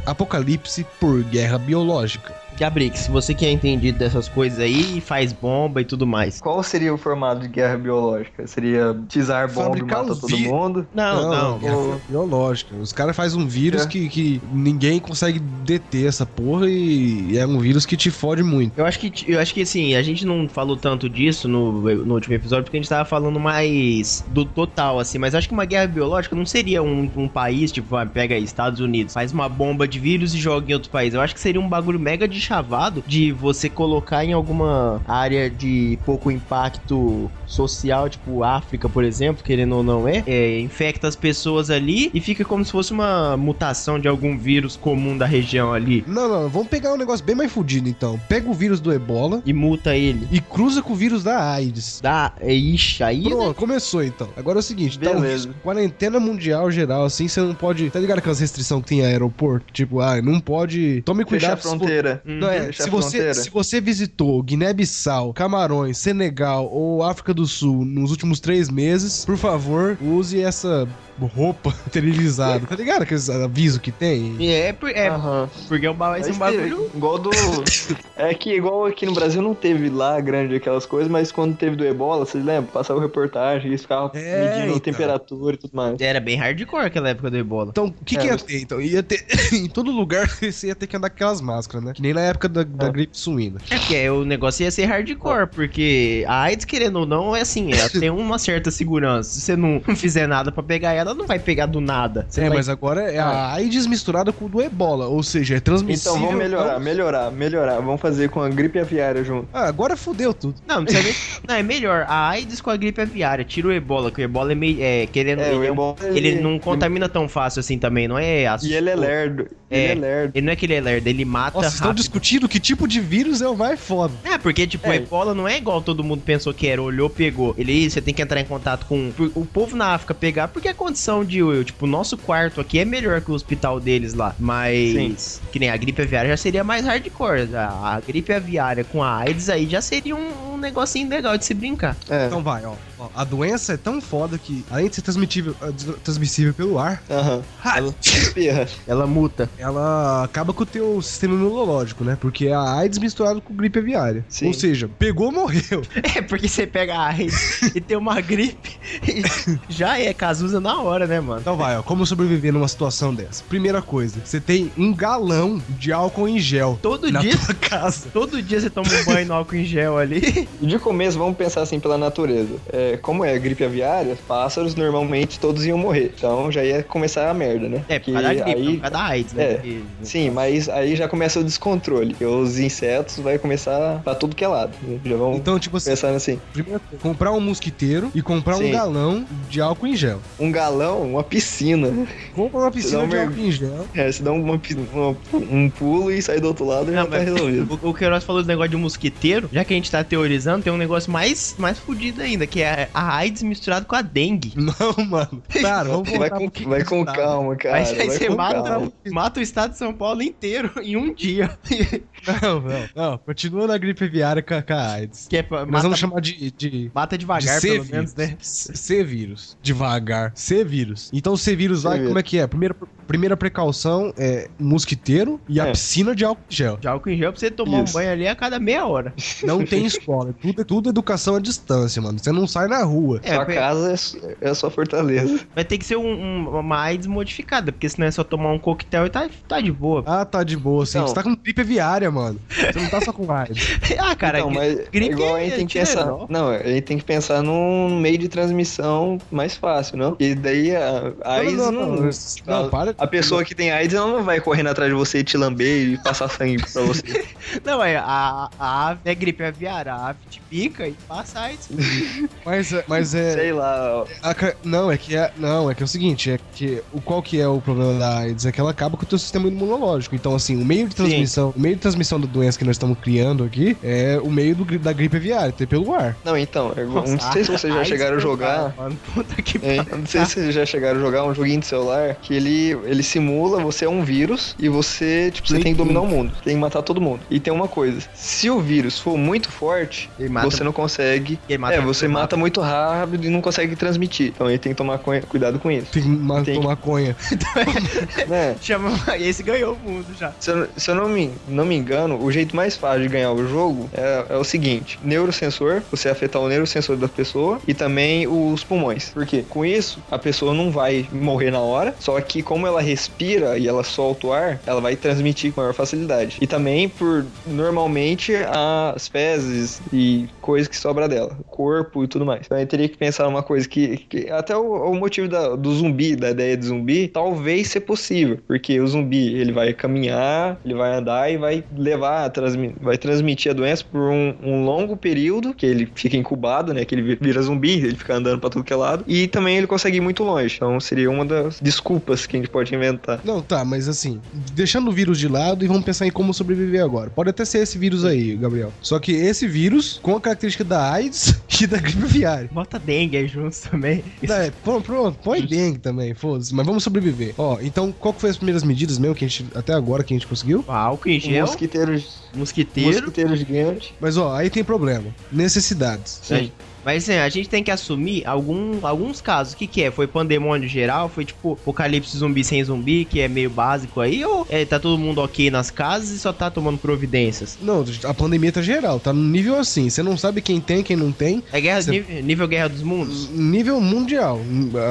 [SPEAKER 1] Apocalipse por guerra biológica.
[SPEAKER 2] Gabrix, você que é entendido dessas coisas aí, faz bomba e tudo mais.
[SPEAKER 3] Qual seria o formato de guerra biológica? Seria tizar bomba e
[SPEAKER 1] Fabricar
[SPEAKER 3] mata
[SPEAKER 1] um
[SPEAKER 3] todo
[SPEAKER 1] vi-
[SPEAKER 3] mundo?
[SPEAKER 2] Não, não.
[SPEAKER 1] guerra
[SPEAKER 3] o-
[SPEAKER 1] biológica. Os caras fazem um vírus
[SPEAKER 3] É.
[SPEAKER 1] que, que ninguém consegue deter essa porra e é um vírus que te fode muito.
[SPEAKER 2] Eu acho que, eu acho que assim, a gente não falou tanto disso no, no último episódio, porque a gente tava falando mais do total, assim. Mas acho que uma guerra biológica não seria um, um país, tipo, vai, pega aí, Estados Unidos, faz uma bomba de vírus e joga em outro país. Eu acho que seria um bagulho mega de chavado de você colocar em alguma área de pouco impacto social, tipo África, por exemplo, querendo ou não é, é infecta as pessoas ali e fica como se fosse uma mutação de algum vírus comum da região ali.
[SPEAKER 1] Não, não, vamos pegar um negócio bem mais fudido então. Pega o vírus do ebola
[SPEAKER 2] E muta ele.
[SPEAKER 1] e cruza com o vírus da AIDS.
[SPEAKER 2] Dá, é, ixi, aí. né?
[SPEAKER 1] Pronto, começou então. Agora é o seguinte, tá um
[SPEAKER 3] Beleza.
[SPEAKER 1] risco. quarentena mundial geral, assim, você não pode. Tá ligado aquelas restrições que tem em aeroporto? Tipo, ah, não pode. Tome
[SPEAKER 3] Fechar a
[SPEAKER 1] cuidado. se for-
[SPEAKER 3] fronteira.
[SPEAKER 2] né?
[SPEAKER 1] Não, é,
[SPEAKER 3] Fechar
[SPEAKER 1] se,
[SPEAKER 3] a
[SPEAKER 1] você,
[SPEAKER 3] fronteira.
[SPEAKER 1] se você visitou Guiné-Bissau, Camarões, Senegal ou África do Sul nos últimos três meses, por favor, use essa roupa esterilizada. tá ligado? Aqueles aviso que tem?
[SPEAKER 2] É, por- é
[SPEAKER 3] Aham.
[SPEAKER 2] porque é um ba- esse é um
[SPEAKER 3] Mas
[SPEAKER 2] bagulho.
[SPEAKER 3] teve- Igual do. É que igual aqui no Brasil não teve lá grande aquelas coisas, mas quando teve do ebola, vocês lembram? Passava reportagem, eles ficavam
[SPEAKER 1] É,
[SPEAKER 3] medindo
[SPEAKER 1] então.
[SPEAKER 3] temperatura e tudo mais.
[SPEAKER 2] Era bem hardcore aquela época do ebola.
[SPEAKER 1] Então, o que,
[SPEAKER 3] É,
[SPEAKER 1] que ia
[SPEAKER 3] mas-
[SPEAKER 1] ter? Então, ia ter em todo lugar você ia ter que andar com aquelas máscaras, né? Que nem na época da, da
[SPEAKER 3] É.
[SPEAKER 1] gripe suína.
[SPEAKER 2] É porque é, o negócio ia ser hardcore, porque a AIDS, querendo ou não, é assim, ela tem uma certa segurança. Se você não fizer nada pra pegar ela, não vai pegar do nada. Você
[SPEAKER 1] é,
[SPEAKER 2] vai-
[SPEAKER 1] mas agora é a AIDS misturada com o do ebola, ou seja, é transmissível.
[SPEAKER 3] Ah. Então vamos melhorar, melhorar, melhorar. Vamos fazer com a gripe aviária junto.
[SPEAKER 1] Ah, agora fudeu tudo.
[SPEAKER 2] Não, não precisa nem- Não, é melhor. A AIDS com a gripe aviária. Tira o ebola, que o ebola é meio. É, querendo.
[SPEAKER 3] É, o
[SPEAKER 2] ele, é um-
[SPEAKER 3] ebola.
[SPEAKER 2] ele não contamina tão fácil assim também, não é?
[SPEAKER 3] E ele é lerdo.
[SPEAKER 2] É.
[SPEAKER 3] Ele é lerdo.
[SPEAKER 2] Ele não é que ele é lerdo, ele mata
[SPEAKER 1] Nossa, vocês estão
[SPEAKER 2] rápido.
[SPEAKER 1] discutindo que tipo de vírus é o mais foda.
[SPEAKER 2] É, porque, tipo, o
[SPEAKER 3] É.
[SPEAKER 2] ebola não é igual todo mundo pensou que era, olhou, pegou. Ele, você tem que entrar em contato com o povo na África pegar, porque a condição de, tipo, o nosso quarto aqui é melhor que o hospital deles lá. Mas, que nem a gripe aviária já seria mais hardcore. A, a gripe aviária com a AIDS aí já seria um, um negocinho legal de se brincar.
[SPEAKER 3] É.
[SPEAKER 1] Então vai, ó. Ó, A doença é tão foda que, além de ser transmitível, ah, des- transmissível pelo ar,
[SPEAKER 3] Aham.
[SPEAKER 2] Ah.
[SPEAKER 3] Ela espirra.
[SPEAKER 2] Ela muta.
[SPEAKER 1] ela acaba com o teu sistema imunológico, né? Porque é a AIDS misturada com gripe aviária.
[SPEAKER 3] Sim.
[SPEAKER 1] Ou seja, pegou, morreu.
[SPEAKER 2] É, porque você pega a AIDS e tem uma gripe, e já é Cazuza na hora, né, mano?
[SPEAKER 1] Então vai, ó. Como sobreviver numa situação dessa? Primeira coisa, você tem um galão de álcool em gel
[SPEAKER 2] Todo
[SPEAKER 1] na
[SPEAKER 2] dia,
[SPEAKER 1] tua casa.
[SPEAKER 2] todo dia você toma um banho no álcool em gel ali.
[SPEAKER 3] E de começo, vamos pensar assim pela natureza. É, como é gripe aviária, pássaros normalmente todos iam morrer. Então já ia começar a merda, né?
[SPEAKER 2] É,
[SPEAKER 3] Porque
[SPEAKER 2] por causa da gripe, não,
[SPEAKER 3] aí-
[SPEAKER 2] por causa da AIDS, né?
[SPEAKER 3] É.
[SPEAKER 2] Porque-
[SPEAKER 3] Sim, mas aí já começa o descontrole. porque os insetos vai começar pra tudo que é lado. né? Já vão
[SPEAKER 1] Então, tipo assim,
[SPEAKER 3] pensando assim,
[SPEAKER 1] primeira coisa, comprar um mosquiteiro e comprar um
[SPEAKER 3] Sim.
[SPEAKER 1] galão de álcool em gel.
[SPEAKER 3] um galão, uma piscina.
[SPEAKER 1] Compra uma piscina
[SPEAKER 3] Não,
[SPEAKER 1] de
[SPEAKER 3] meu-
[SPEAKER 1] álcool em gel.
[SPEAKER 3] É, você dá uma pi- uma- um pulo e sai do outro lado e
[SPEAKER 2] Não,
[SPEAKER 3] já tá
[SPEAKER 2] mas-
[SPEAKER 3] resolvido.
[SPEAKER 2] O, o Queiroz falou do negócio de mosquiteiro, já que a gente tá teorizando, tem um negócio mais, mais fudido ainda, que é a AIDS misturado com a dengue.
[SPEAKER 1] Não, mano. Cara, vamos
[SPEAKER 3] Vai
[SPEAKER 1] voltar
[SPEAKER 2] um
[SPEAKER 1] pro que
[SPEAKER 3] com, vai com
[SPEAKER 1] tá.
[SPEAKER 3] calma, cara.
[SPEAKER 2] Aí você- aí
[SPEAKER 3] vai
[SPEAKER 2] você
[SPEAKER 3] com
[SPEAKER 2] mata,
[SPEAKER 3] calma.
[SPEAKER 2] mata o estado de São Paulo inteiro em um dia.
[SPEAKER 1] Não, não, não. Continua na gripe aviária com a, com a AIDS.
[SPEAKER 2] Que é pra-
[SPEAKER 1] Nós
[SPEAKER 2] mata,
[SPEAKER 1] vamos chamar de, de,
[SPEAKER 2] mata
[SPEAKER 1] de
[SPEAKER 2] devagar,
[SPEAKER 1] C
[SPEAKER 2] pelo
[SPEAKER 1] vírus,
[SPEAKER 2] menos, né?
[SPEAKER 1] né? C C vírus. Devagar. C vírus. Então C vírus
[SPEAKER 3] C
[SPEAKER 1] vai,
[SPEAKER 3] vírus.
[SPEAKER 1] como é que é? Primeiro, Primeira precaução é mosquiteiro e a
[SPEAKER 3] É.
[SPEAKER 1] piscina de álcool em gel.
[SPEAKER 2] Já álcool em gel pra você tomar
[SPEAKER 3] Isso.
[SPEAKER 2] um banho ali a cada meia hora.
[SPEAKER 1] Não tem escola. É Tudo, tudo educação à distância, mano. Você não sai na rua.
[SPEAKER 2] É,
[SPEAKER 3] sua
[SPEAKER 2] vai-
[SPEAKER 3] casa é su- é a sua fortaleza.
[SPEAKER 2] vai ter que ser um, um, uma AIDS modificada, porque senão é só tomar um coquetel e tá, tá de boa.
[SPEAKER 1] Ah, tá de boa, assim.
[SPEAKER 3] Não.
[SPEAKER 1] Você tá com gripe aviária, mano. Você não tá só com AIDS.
[SPEAKER 2] ah, cara,
[SPEAKER 3] Então,
[SPEAKER 2] gri-
[SPEAKER 3] mas é
[SPEAKER 2] gripe
[SPEAKER 3] igual
[SPEAKER 2] é
[SPEAKER 3] a gente tem que
[SPEAKER 2] Tilenol.
[SPEAKER 3] pensar. Não, a gente tem que pensar num meio de transmissão mais fácil, não? E daí a a AIDS não.
[SPEAKER 1] Não, para.
[SPEAKER 3] A pessoa que tem AIDS ela não vai correndo atrás de você, te lamber e passar sangue pra você.
[SPEAKER 2] Não, é a, a ave é gripe aviária, a ave te pica e passa AIDS.
[SPEAKER 1] Mas, é- mas é.
[SPEAKER 3] Sei lá. ó.
[SPEAKER 1] a ca- não, é que é. Não, é que é o seguinte, é que. O, qual que é o problema da AIDS? É que ela acaba com o teu sistema imunológico. Então, assim, o meio de transmissão, o meio de transmissão da doença que nós estamos criando aqui é o meio do gri- da gripe aviária, ter pelo ar.
[SPEAKER 3] Não, então, é igual- não
[SPEAKER 2] Nossa,
[SPEAKER 3] sei se vocês já
[SPEAKER 2] AIDS é
[SPEAKER 3] chegaram a
[SPEAKER 2] não
[SPEAKER 3] jogar.
[SPEAKER 2] fala, Mano, puta que
[SPEAKER 3] É,
[SPEAKER 2] pariu.
[SPEAKER 3] eu não sei se vocês já chegaram a jogar um joguinho de celular que ele, ele simula, você é um vírus e você, tipo, você tem que dominar o mundo, tem que matar todo mundo. E tem uma coisa, se o vírus for muito forte,
[SPEAKER 2] Ele mata-
[SPEAKER 3] você não consegue.
[SPEAKER 2] ele mata-
[SPEAKER 3] é, você
[SPEAKER 2] ele
[SPEAKER 3] mata muito rápido e não consegue transmitir. Então ele tem que tomar conha- cuidado com isso.
[SPEAKER 1] Tem que ma-
[SPEAKER 3] Tem que-
[SPEAKER 1] tomar conha.
[SPEAKER 2] É.
[SPEAKER 3] né?
[SPEAKER 2] Chama, esse ganhou o mundo já.
[SPEAKER 3] Se eu, se eu não, me, não me engano, o jeito mais fácil de ganhar o jogo é, é o seguinte: neurosensor, você afetar o neurosensor da pessoa e também os pulmões. Por quê? Com isso, a pessoa não vai morrer na hora, só que como ela respira e ela solta o ar, ela vai transmitir com maior facilidade. E também por normalmente as fezes e coisas que sobra dela, o corpo e tudo mais. Então eu teria que pensar numa coisa que, que até o, o motivo da- do zumbi, da ideia de zumbi, talvez ser possível, porque o zumbi ele vai caminhar, ele vai andar e vai levar, a transmi- vai transmitir a doença por um, um longo período, que ele fica incubado, né, que ele vi- vira zumbi, ele fica andando pra tudo que é lado, e também ele consegue ir muito longe. Então seria uma das desculpas que a gente pode inventar.
[SPEAKER 1] Não, tá, mas assim, deixando o vírus de lado e vamos pensar em como sobreviver agora. Pode até ser esse vírus aí, Gabriel. Só que esse vírus, com a característica da AIDS e da gripe aviária.
[SPEAKER 2] Bota dengue aí junto também.
[SPEAKER 1] Não, é, pronto, pronto, põe dengue também, foda-se, mas vamos sobreviver. Ó, então qual que foi as primeiras medidas mesmo que a gente, até agora que a gente conseguiu?
[SPEAKER 2] Ah, Álcool em
[SPEAKER 3] Um
[SPEAKER 2] gel,
[SPEAKER 3] mosquiteiro,
[SPEAKER 2] mosquiteiro.
[SPEAKER 3] mosquiteiro gigante.
[SPEAKER 1] Mas ó, aí tem problema. Necessidades.
[SPEAKER 3] Sim.
[SPEAKER 2] Mas assim, a gente tem que assumir algum, alguns casos. O que, que é? Foi pandemônio geral? Foi tipo apocalipse zumbi sem zumbi, que é meio básico aí? Ou é, tá todo mundo ok nas casas e só tá tomando providências?
[SPEAKER 1] Não, a pandemia tá geral, tá no nível assim. Você não sabe quem tem, quem não tem.
[SPEAKER 2] É guerra,
[SPEAKER 1] Cê-
[SPEAKER 2] nível, nível Guerra dos
[SPEAKER 3] Hum.
[SPEAKER 2] Mundos?
[SPEAKER 1] Nível mundial.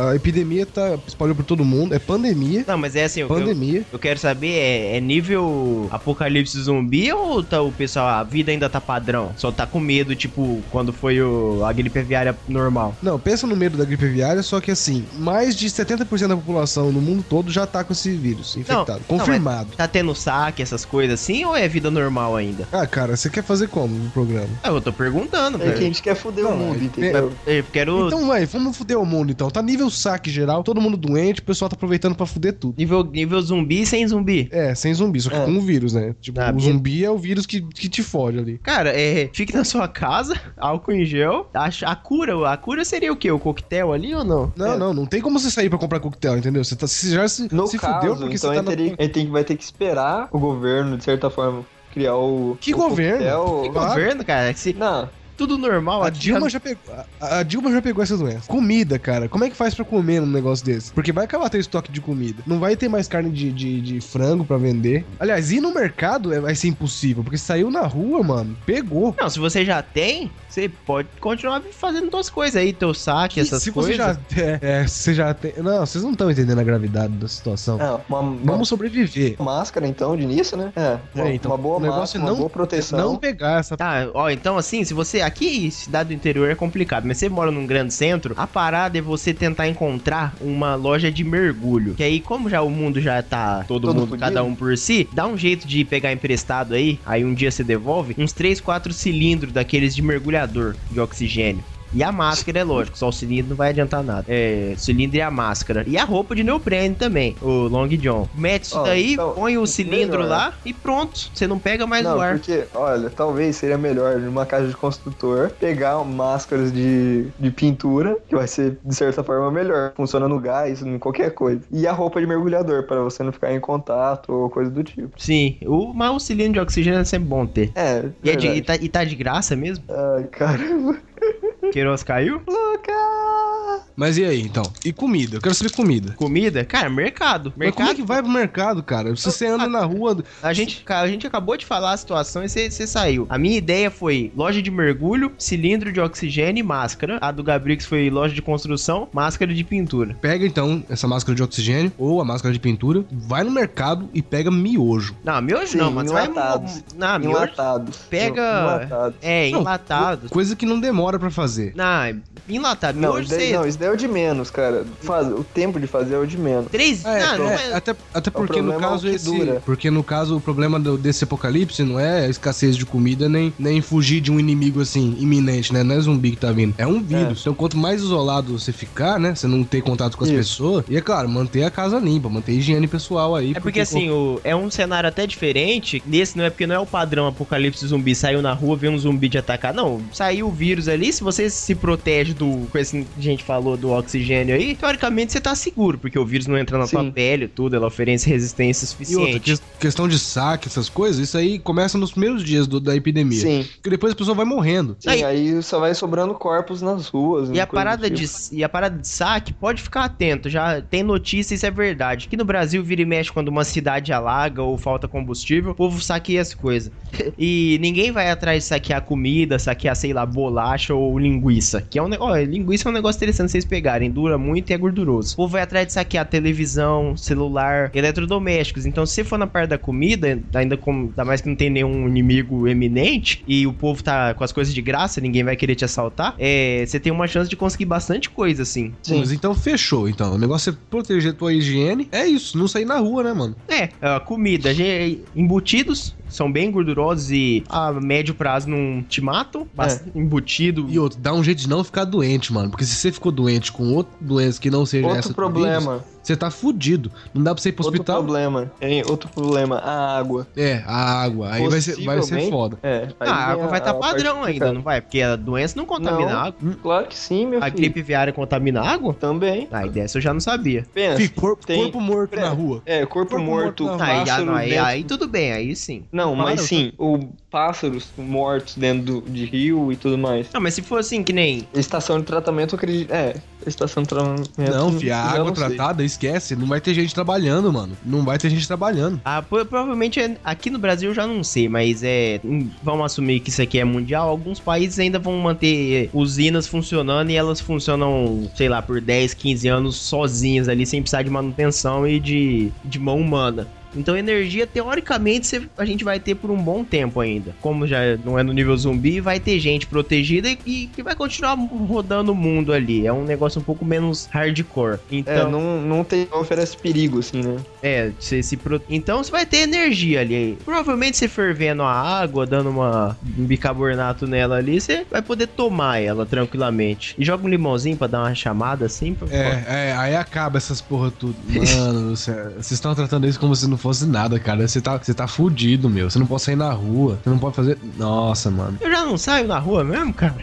[SPEAKER 1] A epidemia tá espalhou por todo mundo. É pandemia.
[SPEAKER 2] Não, mas é assim, eu, eu,
[SPEAKER 1] Pandemia.
[SPEAKER 2] eu quero saber, é, é nível apocalipse zumbi ou tá o pessoal, a vida ainda tá padrão? Só tá com medo, tipo, quando foi o, a gripe aviária normal?
[SPEAKER 1] Não, pensa no medo da gripe aviária, só que assim, mais de 70% da população no mundo todo já tá com esse vírus infectado.
[SPEAKER 2] não,
[SPEAKER 1] confirmado.
[SPEAKER 2] Tá tendo saque, essas coisas assim, ou é vida normal ainda?
[SPEAKER 1] Ah, cara, você quer fazer como no programa?
[SPEAKER 2] Ah, eu tô perguntando,
[SPEAKER 3] É que a
[SPEAKER 2] velho.
[SPEAKER 3] gente quer foder
[SPEAKER 1] Não,
[SPEAKER 3] o mundo,
[SPEAKER 1] é-
[SPEAKER 3] entendeu?
[SPEAKER 2] Eu quero
[SPEAKER 1] Então, vai, vamos fuder o mundo então. Tá nível saque geral, todo mundo doente, o pessoal tá aproveitando pra fuder tudo.
[SPEAKER 2] Nível, nível zumbi sem zumbi.
[SPEAKER 1] É, sem zumbi, só que
[SPEAKER 3] É.
[SPEAKER 1] com o vírus, né? Tipo,
[SPEAKER 2] Ah,
[SPEAKER 1] o
[SPEAKER 2] minha-
[SPEAKER 1] zumbi é o vírus que, que te foge ali.
[SPEAKER 2] Cara, é, fique na sua casa, álcool em gel. A, a cura, a cura seria o quê? O coquetel ali ou não?
[SPEAKER 1] Não,
[SPEAKER 3] É.
[SPEAKER 1] não, não tem como você sair pra comprar coquetel, entendeu? Você, tá, você já se,
[SPEAKER 3] No
[SPEAKER 1] se
[SPEAKER 3] caso,
[SPEAKER 1] fudeu porque
[SPEAKER 3] então
[SPEAKER 1] você tá
[SPEAKER 3] ele, teria-
[SPEAKER 1] na...
[SPEAKER 3] ele tem que- vai ter que esperar o governo, de certa forma, criar o.
[SPEAKER 1] Que
[SPEAKER 3] o
[SPEAKER 1] governo?
[SPEAKER 3] coquetel.
[SPEAKER 1] Que
[SPEAKER 2] Tá
[SPEAKER 1] Claro.
[SPEAKER 2] vendo, cara? Se
[SPEAKER 3] Não,
[SPEAKER 2] tudo normal,
[SPEAKER 1] A
[SPEAKER 2] aqui
[SPEAKER 1] Dilma
[SPEAKER 2] já-
[SPEAKER 1] já pegou. A, a Dilma já pegou essa doença. Comida, cara. Como é que faz pra comer num negócio desse? Porque vai acabar teu estoque de comida. Não vai ter mais carne de, de, de frango pra vender. Aliás, ir no mercado é- vai ser impossível, porque saiu na rua, mano. Pegou.
[SPEAKER 2] Não, se você já tem, você pode continuar fazendo suas coisas aí, teu saque, essas
[SPEAKER 1] se
[SPEAKER 2] coisas.
[SPEAKER 1] você já é, é, você já tem. Não, vocês não estão entendendo a gravidade da situação.
[SPEAKER 3] não, uma, uma
[SPEAKER 1] Vamos sobreviver.
[SPEAKER 3] máscara então de início, né? É,
[SPEAKER 1] É,
[SPEAKER 3] uma,
[SPEAKER 1] então,
[SPEAKER 3] uma boa
[SPEAKER 1] o negócio é
[SPEAKER 3] máscara, uma
[SPEAKER 1] não-
[SPEAKER 3] boa proteção.
[SPEAKER 1] Não pegar essa.
[SPEAKER 2] Tá, ó, então assim, se você. Aqui, cidade do interior é complicado, mas você mora num grande centro, a parada é você tentar encontrar uma loja de mergulho. Que aí, como já o mundo já tá todo,
[SPEAKER 3] Todo
[SPEAKER 2] mundo,
[SPEAKER 3] fudido.
[SPEAKER 2] cada um por si, dá um jeito de pegar emprestado aí, aí um dia você devolve uns 3, 4 cilindros daqueles de mergulhador de oxigênio. E a máscara, é lógico, só o cilindro não vai adiantar nada. É, cilindro e a máscara. E a roupa de neoprene também, o Long John. Mete isso
[SPEAKER 3] Ó,
[SPEAKER 2] daí,
[SPEAKER 3] então,
[SPEAKER 2] põe o cilindro
[SPEAKER 3] melhor.
[SPEAKER 2] lá e pronto. Você não pega mais
[SPEAKER 3] Não,
[SPEAKER 2] o ar.
[SPEAKER 3] porque, olha, talvez seria melhor numa casa de construtor pegar máscaras de, de pintura, que vai ser, de certa forma, melhor. Funciona no gás, em qualquer coisa. E a roupa de mergulhador, pra você não ficar em contato ou coisa do tipo.
[SPEAKER 2] Sim, o, mas o cilindro de oxigênio é sempre bom ter.
[SPEAKER 3] É,
[SPEAKER 2] E, é de-
[SPEAKER 3] verdade.
[SPEAKER 2] e tá, e tá de graça mesmo?
[SPEAKER 3] Ai, caramba.
[SPEAKER 2] Queiroz caiu?
[SPEAKER 3] Lucas!
[SPEAKER 1] Mas e aí, então? E comida? Eu quero saber comida.
[SPEAKER 2] Comida? Cara, mercado.
[SPEAKER 1] Mas como é
[SPEAKER 2] Mercado.
[SPEAKER 1] que vai pro mercado, cara? Se você anda na rua.
[SPEAKER 2] A gente, cara, a gente acabou de falar a situação e você saiu. A minha ideia foi loja de mergulho, cilindro de oxigênio e máscara. A do Gabrix foi loja de construção, máscara de pintura.
[SPEAKER 1] Pega então essa máscara de oxigênio ou a máscara de pintura, vai no mercado e pega miojo.
[SPEAKER 2] Não, miojo
[SPEAKER 3] Sim,
[SPEAKER 2] não, mas vai...
[SPEAKER 3] enlatados.
[SPEAKER 2] Não, miojo...
[SPEAKER 3] Enlatado.
[SPEAKER 2] pega-
[SPEAKER 3] Enlatado.
[SPEAKER 2] É,
[SPEAKER 1] Não,
[SPEAKER 2] enlatado.
[SPEAKER 1] Coisa que não demora pra fazer.
[SPEAKER 2] Não, enlatado.
[SPEAKER 3] Não,
[SPEAKER 2] Miojo
[SPEAKER 3] isso daí,
[SPEAKER 2] você...
[SPEAKER 3] não, isso daí é o de menos, cara. Faz, o tempo de fazer é o de menos.
[SPEAKER 2] Três...
[SPEAKER 1] É,
[SPEAKER 2] não, não
[SPEAKER 1] é,
[SPEAKER 2] é...
[SPEAKER 1] até, até porque
[SPEAKER 3] problema é
[SPEAKER 1] no
[SPEAKER 3] o
[SPEAKER 1] caso
[SPEAKER 3] que
[SPEAKER 1] esse,
[SPEAKER 3] dura.
[SPEAKER 1] porque no caso o problema do- desse apocalipse não é a escassez de comida nem, nem fugir de um inimigo assim iminente, né? Não é zumbi que tá vindo, é um vírus. Então quanto mais isolado você ficar, né, você não ter contato com as
[SPEAKER 3] Isso.
[SPEAKER 1] pessoas, e é claro, manter a casa limpa, manter a higiene pessoal aí.
[SPEAKER 2] É porque, assim, o, é um cenário até diferente. Nesse não é porque não é o padrão apocalipse zumbi. Saiu na rua, vê um zumbi te atacar. Não, saiu o vírus ali. Se você se protege do. Com esse que a gente falou do oxigênio aí, teoricamente você tá seguro, porque o vírus não entra na sua
[SPEAKER 3] Sim.
[SPEAKER 2] pele, tudo, ela oferece resistência
[SPEAKER 1] E outra,
[SPEAKER 2] suficiente.
[SPEAKER 1] que- questão de saque, essas coisas, isso aí começa nos primeiros dias do- da epidemia.
[SPEAKER 3] Sim,
[SPEAKER 1] Porque depois a pessoa vai morrendo.
[SPEAKER 3] sim,
[SPEAKER 2] Aí-
[SPEAKER 3] aí... só vai sobrando corpos nas ruas.
[SPEAKER 2] E
[SPEAKER 3] né,
[SPEAKER 2] a,
[SPEAKER 3] coisa
[SPEAKER 2] parada
[SPEAKER 3] do
[SPEAKER 2] de,
[SPEAKER 3] tipo.
[SPEAKER 2] e a parada de saque, pode ficar atento, já tem notícia, isso é verdade. Que no Brasil vira e mexe quando uma cidade alaga ou falta combustível, o povo saqueia as coisas. E ninguém vai atrás de saquear comida, saquear, sei lá, bolacha ou linguiça. Que é um negócio. Linguiça é um negócio interessante vocês pegarem. Dura muito e é gorduroso. O povo vai atrás de saquear televisão, celular, eletrodomésticos. Então, se você for na parte da comida, ainda, com, ainda mais que não tem nenhum inimigo eminente, e o povo tá com as coisas de graça, ninguém vai querer te assaltar, é, você tem uma chance de conseguir bastante coisa, assim.
[SPEAKER 3] Sim.
[SPEAKER 1] Mas então fechou, então. O negócio é proteger tua higiene. É isso, não sair na rua, né, mano?
[SPEAKER 2] É, a comida, ge- embutidos são bem gordurosos e a médio prazo não te matam. Mas Embutido.
[SPEAKER 1] E outro, dá um jeito de não ficar doente, mano. Porque se você ficou doente com outra doença que não seja né, essa
[SPEAKER 3] Outro
[SPEAKER 1] do vírus,
[SPEAKER 3] problema.
[SPEAKER 1] você tá fudido. Não dá pra você ir pro
[SPEAKER 3] Outro
[SPEAKER 1] hospital.
[SPEAKER 3] problema. hein, outro problema. A água.
[SPEAKER 1] É, a água. Aí vai ser, vai ser
[SPEAKER 3] Possivelmente.
[SPEAKER 1] foda.
[SPEAKER 3] É. aí
[SPEAKER 2] Ah, a
[SPEAKER 3] vem
[SPEAKER 2] água vai estar
[SPEAKER 3] a parte
[SPEAKER 2] padrão ainda,
[SPEAKER 3] complicada.
[SPEAKER 2] não vai? Porque a doença não contamina
[SPEAKER 3] Não.
[SPEAKER 2] a água.
[SPEAKER 3] Claro que sim, meu
[SPEAKER 2] A
[SPEAKER 3] filho.
[SPEAKER 2] gripe viária contamina a água?
[SPEAKER 3] Também.
[SPEAKER 2] Ah, e dessa eu já não sabia.
[SPEAKER 3] Pensa.
[SPEAKER 1] Fica corpo,
[SPEAKER 3] é. tem-
[SPEAKER 1] corpo morto
[SPEAKER 3] É.
[SPEAKER 1] na rua.
[SPEAKER 3] É, corpo,
[SPEAKER 1] Corpo morto
[SPEAKER 3] morto,
[SPEAKER 1] não.
[SPEAKER 2] Ah, e a-
[SPEAKER 3] pássaro
[SPEAKER 2] não, aí,
[SPEAKER 3] dentro-
[SPEAKER 2] aí tudo bem, aí sim.
[SPEAKER 3] Não, mas
[SPEAKER 1] Claro.
[SPEAKER 3] sim, o pássaros mortos dentro do- de rio e tudo mais.
[SPEAKER 2] Não, mas se for assim, que nem.
[SPEAKER 3] Estação de tratamento, eu acredito. É, estação de tratamento.
[SPEAKER 1] Não, fi, a
[SPEAKER 3] já
[SPEAKER 1] água
[SPEAKER 3] não sei.
[SPEAKER 1] tratada, esquece. Não vai ter gente trabalhando, mano. Não vai ter gente trabalhando.
[SPEAKER 2] Ah, po- provavelmente é- aqui no Brasil eu já não sei, mas é. hum, Vamos assumir que isso aqui é mundial. Alguns países ainda vão manter eh, usinas funcionando e elas funcionam, sei lá, por 10, 15 anos sozinhas ali, sem precisar de manutenção e de, de mão humana. Então, energia, teoricamente, cê- a gente vai ter por um bom tempo ainda. Como já não é no nível zumbi, vai ter gente protegida e- e que vai continuar rodando o mundo ali. É um negócio um pouco menos hardcore. Então,
[SPEAKER 3] É, não, não, tem, não oferece perigo, assim, né?
[SPEAKER 2] é, você se pro... Então você vai ter energia ali. Provavelmente você fervendo a água, dando uma... um bicarbonato nela ali, você vai poder tomar ela tranquilamente. E joga um limãozinho pra dar uma chamada assim. Pra...
[SPEAKER 1] É, é, aí acaba essas porra tudo. Mano, você- vocês estão tratando isso como se não fosse nada, cara. Você tá, você tá fudido, meu. Você não pode sair na rua. Você não pode fazer. Nossa, mano.
[SPEAKER 2] Eu já não saio na rua mesmo, cara.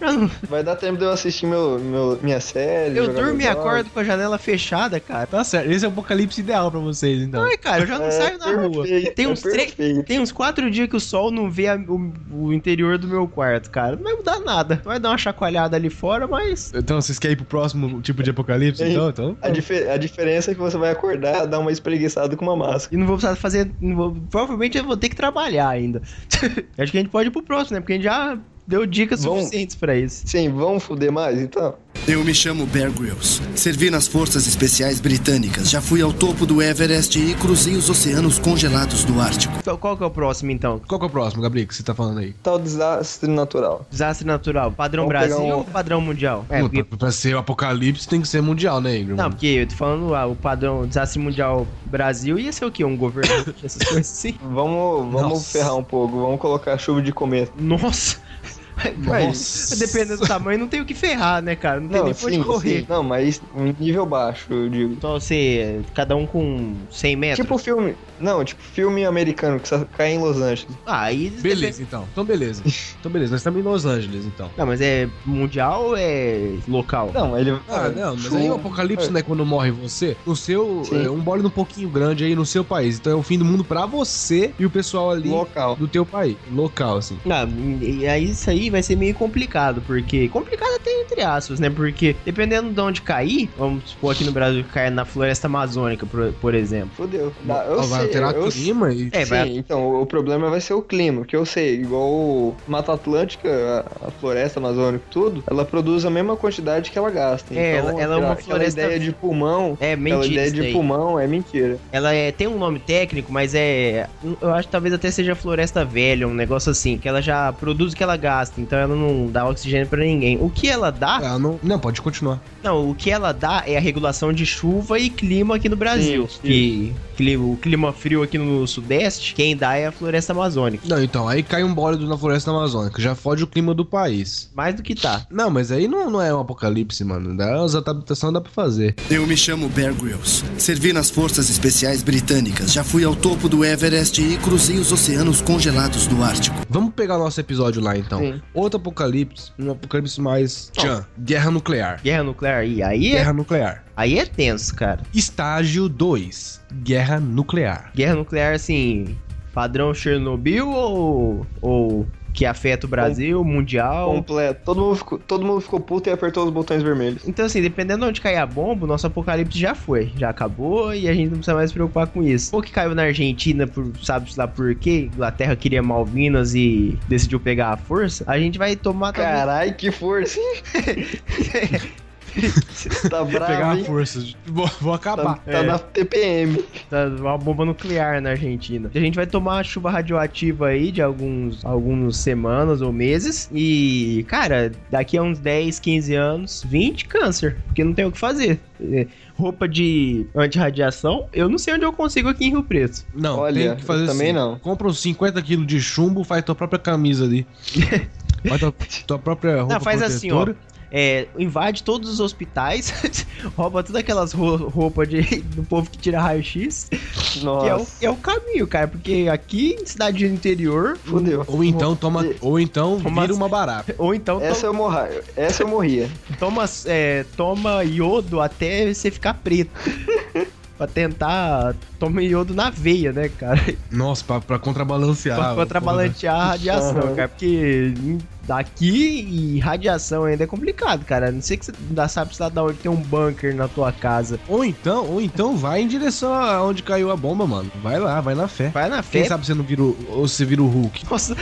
[SPEAKER 2] Eu, não-
[SPEAKER 3] Vai dar tempo de eu assistir meu, meu, minha série.
[SPEAKER 2] eu
[SPEAKER 3] jogar
[SPEAKER 2] durmo e
[SPEAKER 3] meus jogos.
[SPEAKER 2] acordo com a janela fechada, cara.
[SPEAKER 6] Tá certo, esse é o apocalipse ideal pra vocês, então.
[SPEAKER 2] Ai, cara, eu já não
[SPEAKER 3] É,
[SPEAKER 2] saio na rua.
[SPEAKER 3] perfeito,
[SPEAKER 2] Tem
[SPEAKER 3] é
[SPEAKER 2] uns três.
[SPEAKER 3] perfeito.
[SPEAKER 2] Tem uns quatro dias que o sol não vê a- o, o interior do meu quarto, cara. Não vai mudar nada. Vai dar uma chacoalhada ali fora, mas
[SPEAKER 6] Então, vocês querem ir pro próximo tipo de apocalipse,
[SPEAKER 3] É.
[SPEAKER 6] então? então?
[SPEAKER 3] A, dife- a diferença é que você vai acordar, dar uma espreguiçada com uma máscara.
[SPEAKER 2] E não vou precisar fazer. não vou- provavelmente eu vou ter que trabalhar ainda. Acho que a gente pode ir pro próximo, né? Porque a gente já deu dicas
[SPEAKER 3] Vamos.
[SPEAKER 2] suficientes pra isso.
[SPEAKER 3] Sim, vamos foder mais, então?
[SPEAKER 5] Eu me chamo Bear Grylls. Servi nas Forças Especiais Britânicas, já fui ao topo do Everest e cruzei os oceanos congelados do Ártico.
[SPEAKER 2] Então, qual que é o próximo, então?
[SPEAKER 1] Qual que é o próximo, Gabriel, que você tá falando aí?
[SPEAKER 3] Tal desastre natural.
[SPEAKER 2] Desastre natural. Padrão
[SPEAKER 3] Vamos
[SPEAKER 2] Brasil
[SPEAKER 3] pegar um-
[SPEAKER 2] ou padrão mundial? É,
[SPEAKER 1] Não,
[SPEAKER 2] porque.
[SPEAKER 1] pra, pra ser o apocalipse tem que ser mundial, né, Ingram?
[SPEAKER 2] Não, porque eu tô falando ah, o padrão desastre mundial Brasil ia ser o quê? Um governo? essas coisas assim?
[SPEAKER 3] Vamos, vamos
[SPEAKER 1] Nossa.
[SPEAKER 3] ferrar um pouco, vamos colocar chuva de cometa.
[SPEAKER 2] Nossa!
[SPEAKER 1] Nossa.
[SPEAKER 2] Mas, dependendo do tamanho, não tem o que ferrar, né, cara? Não tem
[SPEAKER 3] Não,
[SPEAKER 2] nem pra onde
[SPEAKER 3] sim,
[SPEAKER 2] correr.
[SPEAKER 3] sim. Não, mas um nível baixo, eu digo.
[SPEAKER 2] Então você. Cada um com 100 metros.
[SPEAKER 3] Tipo filme. Não, tipo filme americano que só cai em Los Angeles.
[SPEAKER 2] ah, aí depende-
[SPEAKER 1] Beleza, então. Então, beleza. Então, beleza. Nós estamos em Los Angeles, então.
[SPEAKER 2] Não, mas é mundial ou é local?
[SPEAKER 3] Não, ele.
[SPEAKER 1] Ah, não, mas
[SPEAKER 3] Chuva.
[SPEAKER 1] aí o apocalipse não é quando morre você. O seu.
[SPEAKER 3] Sim.
[SPEAKER 1] É um bode um pouquinho grande aí no seu país. Então é o fim do mundo pra você e o pessoal ali
[SPEAKER 3] Local.
[SPEAKER 1] do teu país. Local, assim.
[SPEAKER 2] Não, e aí isso aí vai ser meio complicado, porque. Complicado até entre aspas, né? Porque dependendo de onde cair, vamos supor aqui no Brasil que caia na floresta amazônica, por, por exemplo.
[SPEAKER 3] Fodeu. Dá- eu
[SPEAKER 1] vai
[SPEAKER 3] sei,
[SPEAKER 1] alterar
[SPEAKER 3] eu
[SPEAKER 1] o clima e. tipo,
[SPEAKER 2] É, vai
[SPEAKER 3] Sim, então o- o problema vai ser o clima, que eu sei, igual o Mata Atlântica, a- a floresta amazônica, tudo, ela produz a mesma quantidade que ela gasta.
[SPEAKER 2] É,
[SPEAKER 3] então,
[SPEAKER 2] ela- ela é uma
[SPEAKER 3] aquela
[SPEAKER 2] floresta-
[SPEAKER 3] ideia de pulmão,
[SPEAKER 2] É,
[SPEAKER 3] aquela
[SPEAKER 2] mentira.
[SPEAKER 3] ideia
[SPEAKER 2] isso
[SPEAKER 3] de
[SPEAKER 2] daí.
[SPEAKER 3] pulmão é mentira.
[SPEAKER 2] Ela é, tem um nome técnico, mas é. Eu acho que talvez até seja Floresta Velha, um negócio assim, que ela já produz o que ela gasta, então ela não dá oxigênio pra ninguém. O que ela dá.
[SPEAKER 1] Ah, não, não, pode continuar.
[SPEAKER 3] É.
[SPEAKER 2] Não, o que ela dá é a regulação de chuva e clima aqui no Brasil.
[SPEAKER 3] Sim, sim.
[SPEAKER 2] Que, cli- o clima frio aqui no Sudeste, quem dá é a Floresta Amazônica.
[SPEAKER 1] Não, então, aí cai um bólido na floresta amazônica, já fode o clima do país.
[SPEAKER 2] Mais do que tá.
[SPEAKER 1] Não, mas aí não, não é um apocalipse, mano. Dá, as adaptações dá pra fazer.
[SPEAKER 5] Eu me chamo Bear Grylls. Servi nas Forças Especiais Britânicas. Já fui ao topo do Everest e cruzei os oceanos congelados do Ártico.
[SPEAKER 1] Vamos pegar nosso episódio lá, então.
[SPEAKER 3] Sim.
[SPEAKER 1] Outro apocalipse, um apocalipse mais... Tchan, guerra nuclear.
[SPEAKER 2] Guerra nuclear, e aí é,
[SPEAKER 1] Guerra nuclear.
[SPEAKER 2] aí é tenso, cara.
[SPEAKER 1] Estágio 2, guerra nuclear.
[SPEAKER 2] Guerra nuclear, assim, padrão Chernobyl ou, ou que afeta o Brasil, mundial?
[SPEAKER 3] Completo. Todo mundo, ficou, todo mundo ficou puto e apertou os botões vermelhos.
[SPEAKER 2] Então, assim, dependendo de onde cair a bomba, o nosso apocalipse já foi, já acabou e a gente não precisa mais se preocupar com isso. Ou que caiu na Argentina, por, sabe-se lá por quê, Inglaterra queria Malvinas e decidiu pegar a força, a gente vai tomar também.
[SPEAKER 3] Carai, que força! tá bravo, hein?
[SPEAKER 1] forças. Vou, vou
[SPEAKER 3] Tá,
[SPEAKER 1] acabar.
[SPEAKER 3] tá
[SPEAKER 2] É.
[SPEAKER 3] na TPM.
[SPEAKER 2] tá, uma bomba nuclear na Argentina. A gente vai tomar uma chuva radioativa aí de alguns algumas semanas ou meses. E, cara, daqui a uns 10, 15 anos, 20 câncer, porque não tem o que fazer. É, Roupa de antirradiação, eu não sei onde eu consigo aqui em Rio Preto.
[SPEAKER 1] Não,
[SPEAKER 3] Olha,
[SPEAKER 1] tem que fazer
[SPEAKER 3] eu também
[SPEAKER 1] assim.
[SPEAKER 3] não.
[SPEAKER 1] Compra uns 50 quilos de chumbo, faz tua própria camisa ali. faz tua, tua própria roupa
[SPEAKER 2] Não, faz assim, ó.
[SPEAKER 1] protetora.
[SPEAKER 2] É, invade todos os hospitais, rouba todas aquelas ro- roupas de- do povo que tira raio-x, que é o,
[SPEAKER 3] Nossa,
[SPEAKER 2] é o caminho, cara, porque aqui em cidade do interior,
[SPEAKER 3] fudeu.
[SPEAKER 1] Ou então toma, ou então
[SPEAKER 2] Toma-
[SPEAKER 1] vira uma barata.
[SPEAKER 2] ou então to-
[SPEAKER 3] Essa eu morra, essa eu morria.
[SPEAKER 2] toma, é, toma iodo até você ficar preto. pra tentar. Toma iodo na veia, né, cara?
[SPEAKER 1] Nossa, pra, pra contrabalancear.
[SPEAKER 2] pra
[SPEAKER 1] o-
[SPEAKER 2] contrabalancear a radiação,
[SPEAKER 3] Aham.
[SPEAKER 2] cara. Porque daqui e radiação ainda é complicado, cara. A não sei que você ainda sabe se lá da onde tem um bunker na tua casa.
[SPEAKER 1] Ou então, ou então vai em direção aonde caiu a bomba, mano. Vai lá, vai na fé.
[SPEAKER 2] Vai na
[SPEAKER 1] Quem
[SPEAKER 2] fé,
[SPEAKER 1] sabe você não vira o, ou você vira o Hulk.
[SPEAKER 2] Nossa,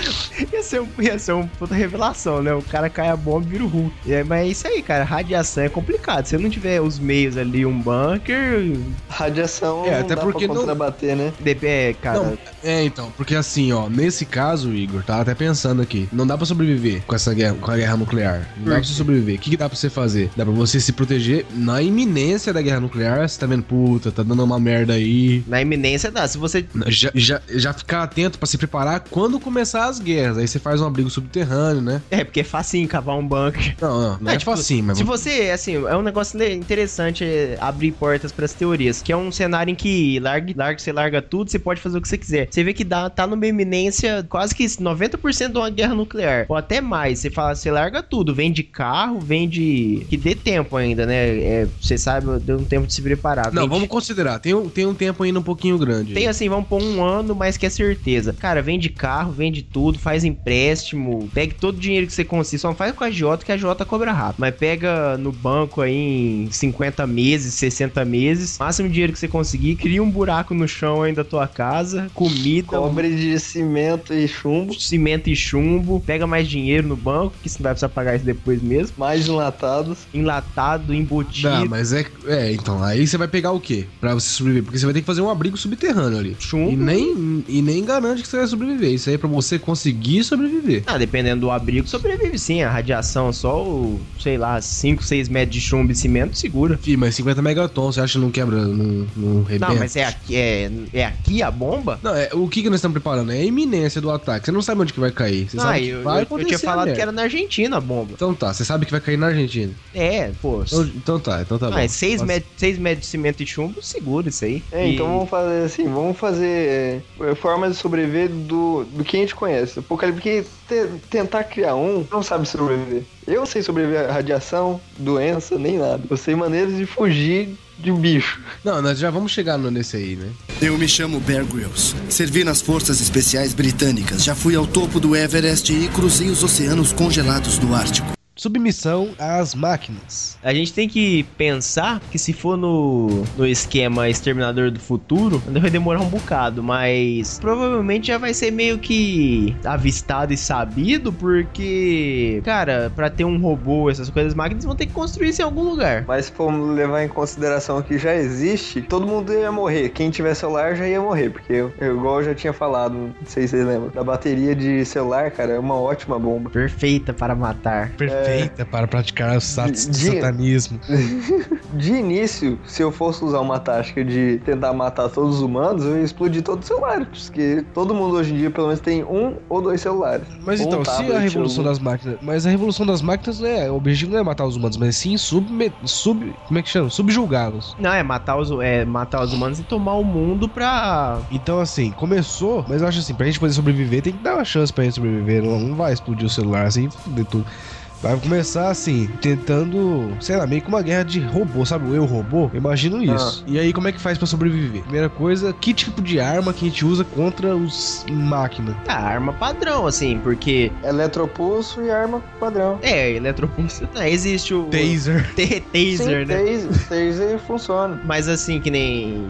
[SPEAKER 2] ia ser, um, ia ser uma puta revelação, né? O cara cai a bomba e vira o Hulk. É, mas é isso aí, cara. Radiação é complicado. Se não tiver os meios ali, um bunker.
[SPEAKER 3] Radiação
[SPEAKER 1] É,
[SPEAKER 3] não
[SPEAKER 1] até
[SPEAKER 3] dá
[SPEAKER 1] porque
[SPEAKER 3] pra
[SPEAKER 1] não-
[SPEAKER 3] contrabater, né?
[SPEAKER 2] dep- É, cara.
[SPEAKER 1] Não, é então, porque assim, ó, nesse caso, Igor, tava até pensando aqui, não dá pra sobreviver com essa guerra, com a guerra nuclear. Não dá pra você sobreviver. O que, que dá pra você fazer? Dá pra você se proteger na iminência da guerra nuclear, você tá vendo, puta, tá dando uma merda aí.
[SPEAKER 2] Na iminência dá. Se você.
[SPEAKER 1] Já, já, já ficar atento pra se preparar quando começar as guerras. Aí você faz um abrigo subterrâneo, né?
[SPEAKER 2] É, porque é facinho cavar um bunker.
[SPEAKER 1] Não, não, não é,
[SPEAKER 2] É,
[SPEAKER 1] tipo
[SPEAKER 2] tipo,
[SPEAKER 1] assim, mas
[SPEAKER 2] Se você, assim, é um negócio le- interessante é, abrir portas pras teorias, que é um cenário em que larga, larga, você larga tudo, você pode fazer o que você quiser. Você vê que dá, tá numa iminência quase que 90% de uma guerra nuclear, ou até mais. Você fala, você larga tudo, vende carro, vende. que dê tempo ainda, né? É, você sabe, deu um tempo de se preparar.
[SPEAKER 1] Não,
[SPEAKER 2] Vende-
[SPEAKER 1] vamos considerar. Tem um, tem um tempo ainda um pouquinho grande.
[SPEAKER 2] Tem assim, vamos pôr um ano, mas que é certeza. Cara, vende carro, vende tudo, faz empréstimo, pega todo o dinheiro que você conseguir. Só não faz com a Jota, que a Jota cobra rápido. Mas pega no banco aí em 50 meses, 60 meses, máximo dinheiro que você conseguir, cria um buraco no chão aí da tua casa, comida,
[SPEAKER 1] Então-
[SPEAKER 2] um
[SPEAKER 3] Cobre de cimento e chumbo,
[SPEAKER 2] cimento e chumbo, pega mais dinheiro no banco, que você não vai precisar pagar isso depois mesmo.
[SPEAKER 3] mais enlatados.
[SPEAKER 2] Enlatado, embutido.
[SPEAKER 1] Não, mas é, é, então, aí você vai pegar o quê? Pra você sobreviver? Porque você vai ter que fazer um abrigo subterrâneo ali.
[SPEAKER 2] Chumbo.
[SPEAKER 1] E nem, e nem garante que você vai sobreviver. Isso aí é pra você conseguir sobreviver.
[SPEAKER 2] Ah, dependendo do abrigo, sobrevive sim. A radiação, só o, sei lá, 5, 6 metros de chumbo e cimento segura.
[SPEAKER 1] Fih, mas 50 megatons, você acha que não quebra, não, não rebenta?
[SPEAKER 2] Não, mas é aqui, é, é aqui a bomba?
[SPEAKER 1] Não, é, o que, que nós estamos preparando? É a iminência do ataque. Você não sabe onde que vai cair. Você
[SPEAKER 2] Ah,
[SPEAKER 1] sabe
[SPEAKER 2] eu,
[SPEAKER 1] que
[SPEAKER 2] eu-
[SPEAKER 1] vai
[SPEAKER 2] eu
[SPEAKER 1] acontecer.
[SPEAKER 2] tinha falado
[SPEAKER 1] né?
[SPEAKER 2] que era na Argentina a bomba.
[SPEAKER 1] Então tá, você sabe que vai cair na Argentina.
[SPEAKER 2] É, pô.
[SPEAKER 1] Então, então tá, então tá bom.
[SPEAKER 2] ah, é 6
[SPEAKER 1] Passa-
[SPEAKER 2] metros seis metros de cimento e chumbo, segura isso aí.
[SPEAKER 3] É,
[SPEAKER 2] E-
[SPEAKER 3] então vamos fazer assim, vamos fazer é, formas de sobreviver do, do que a gente conhece. Apocalipse, porque te- tentar criar um não sabe sobreviver. Eu sei sobreviver a radiação, doença, nem nada. Eu sei maneiras de fugir de bicho.
[SPEAKER 1] Não, nós já vamos chegar no- nesse aí, né?
[SPEAKER 5] Eu me chamo Bear Grylls. Servi nas Forças Especiais Britânicas. Já fui ao topo do Everest e cruzei os oceanos congelados do Ártico.
[SPEAKER 1] Submissão às máquinas.
[SPEAKER 2] A gente tem que pensar que se for no, no esquema Exterminador do Futuro, ainda vai demorar um bocado, mas provavelmente já vai ser meio que avistado e sabido, porque, cara, pra ter um robô, essas coisas, máquinas vão ter que construir isso em algum lugar.
[SPEAKER 3] Mas se for levar em consideração que já existe, todo mundo ia morrer. Quem tiver celular já ia morrer, porque eu, eu, igual eu já tinha falado, não sei se vocês lembram, da bateria de celular, cara, é uma ótima bomba.
[SPEAKER 2] Perfeita para matar.
[SPEAKER 1] Perfeita para praticar o sat-
[SPEAKER 3] Dia-
[SPEAKER 1] satanismo.
[SPEAKER 3] De início, se eu fosse usar uma tática de tentar matar todos os humanos, eu ia explodir todos os celulares, porque todo mundo hoje em dia pelo menos tem um ou dois celulares.
[SPEAKER 1] Mas
[SPEAKER 3] Ou um
[SPEAKER 1] então, se
[SPEAKER 3] tablet,
[SPEAKER 1] a revolução
[SPEAKER 3] ou-
[SPEAKER 1] das máquinas. Mas a revolução das máquinas é. O objetivo não é matar os humanos, mas sim subme, sub. Como é que chama? Subjulgá-los.
[SPEAKER 2] Não, é matar, os, é matar os humanos e tomar o mundo pra.
[SPEAKER 1] Então, assim, começou, mas eu acho assim, pra gente poder sobreviver, tem que dar uma chance pra gente sobreviver. Não, não vai explodir o celular assim, fuder tudo. Vai começar assim, tentando, sei lá, meio que uma guerra de robô, sabe? O eu robô? Eu Imagino isso. E aí, como é que faz pra sobreviver? Primeira coisa, que tipo de arma que a gente usa contra os máquinas?
[SPEAKER 2] Ah, arma padrão, assim, porque.
[SPEAKER 3] Eletropulso e arma padrão.
[SPEAKER 2] É, eletropulso. Não, existe o.
[SPEAKER 1] Taser.
[SPEAKER 2] T- taser,
[SPEAKER 3] Sim,
[SPEAKER 2] né?
[SPEAKER 3] taser, taser funciona.
[SPEAKER 2] Mas assim, que nem.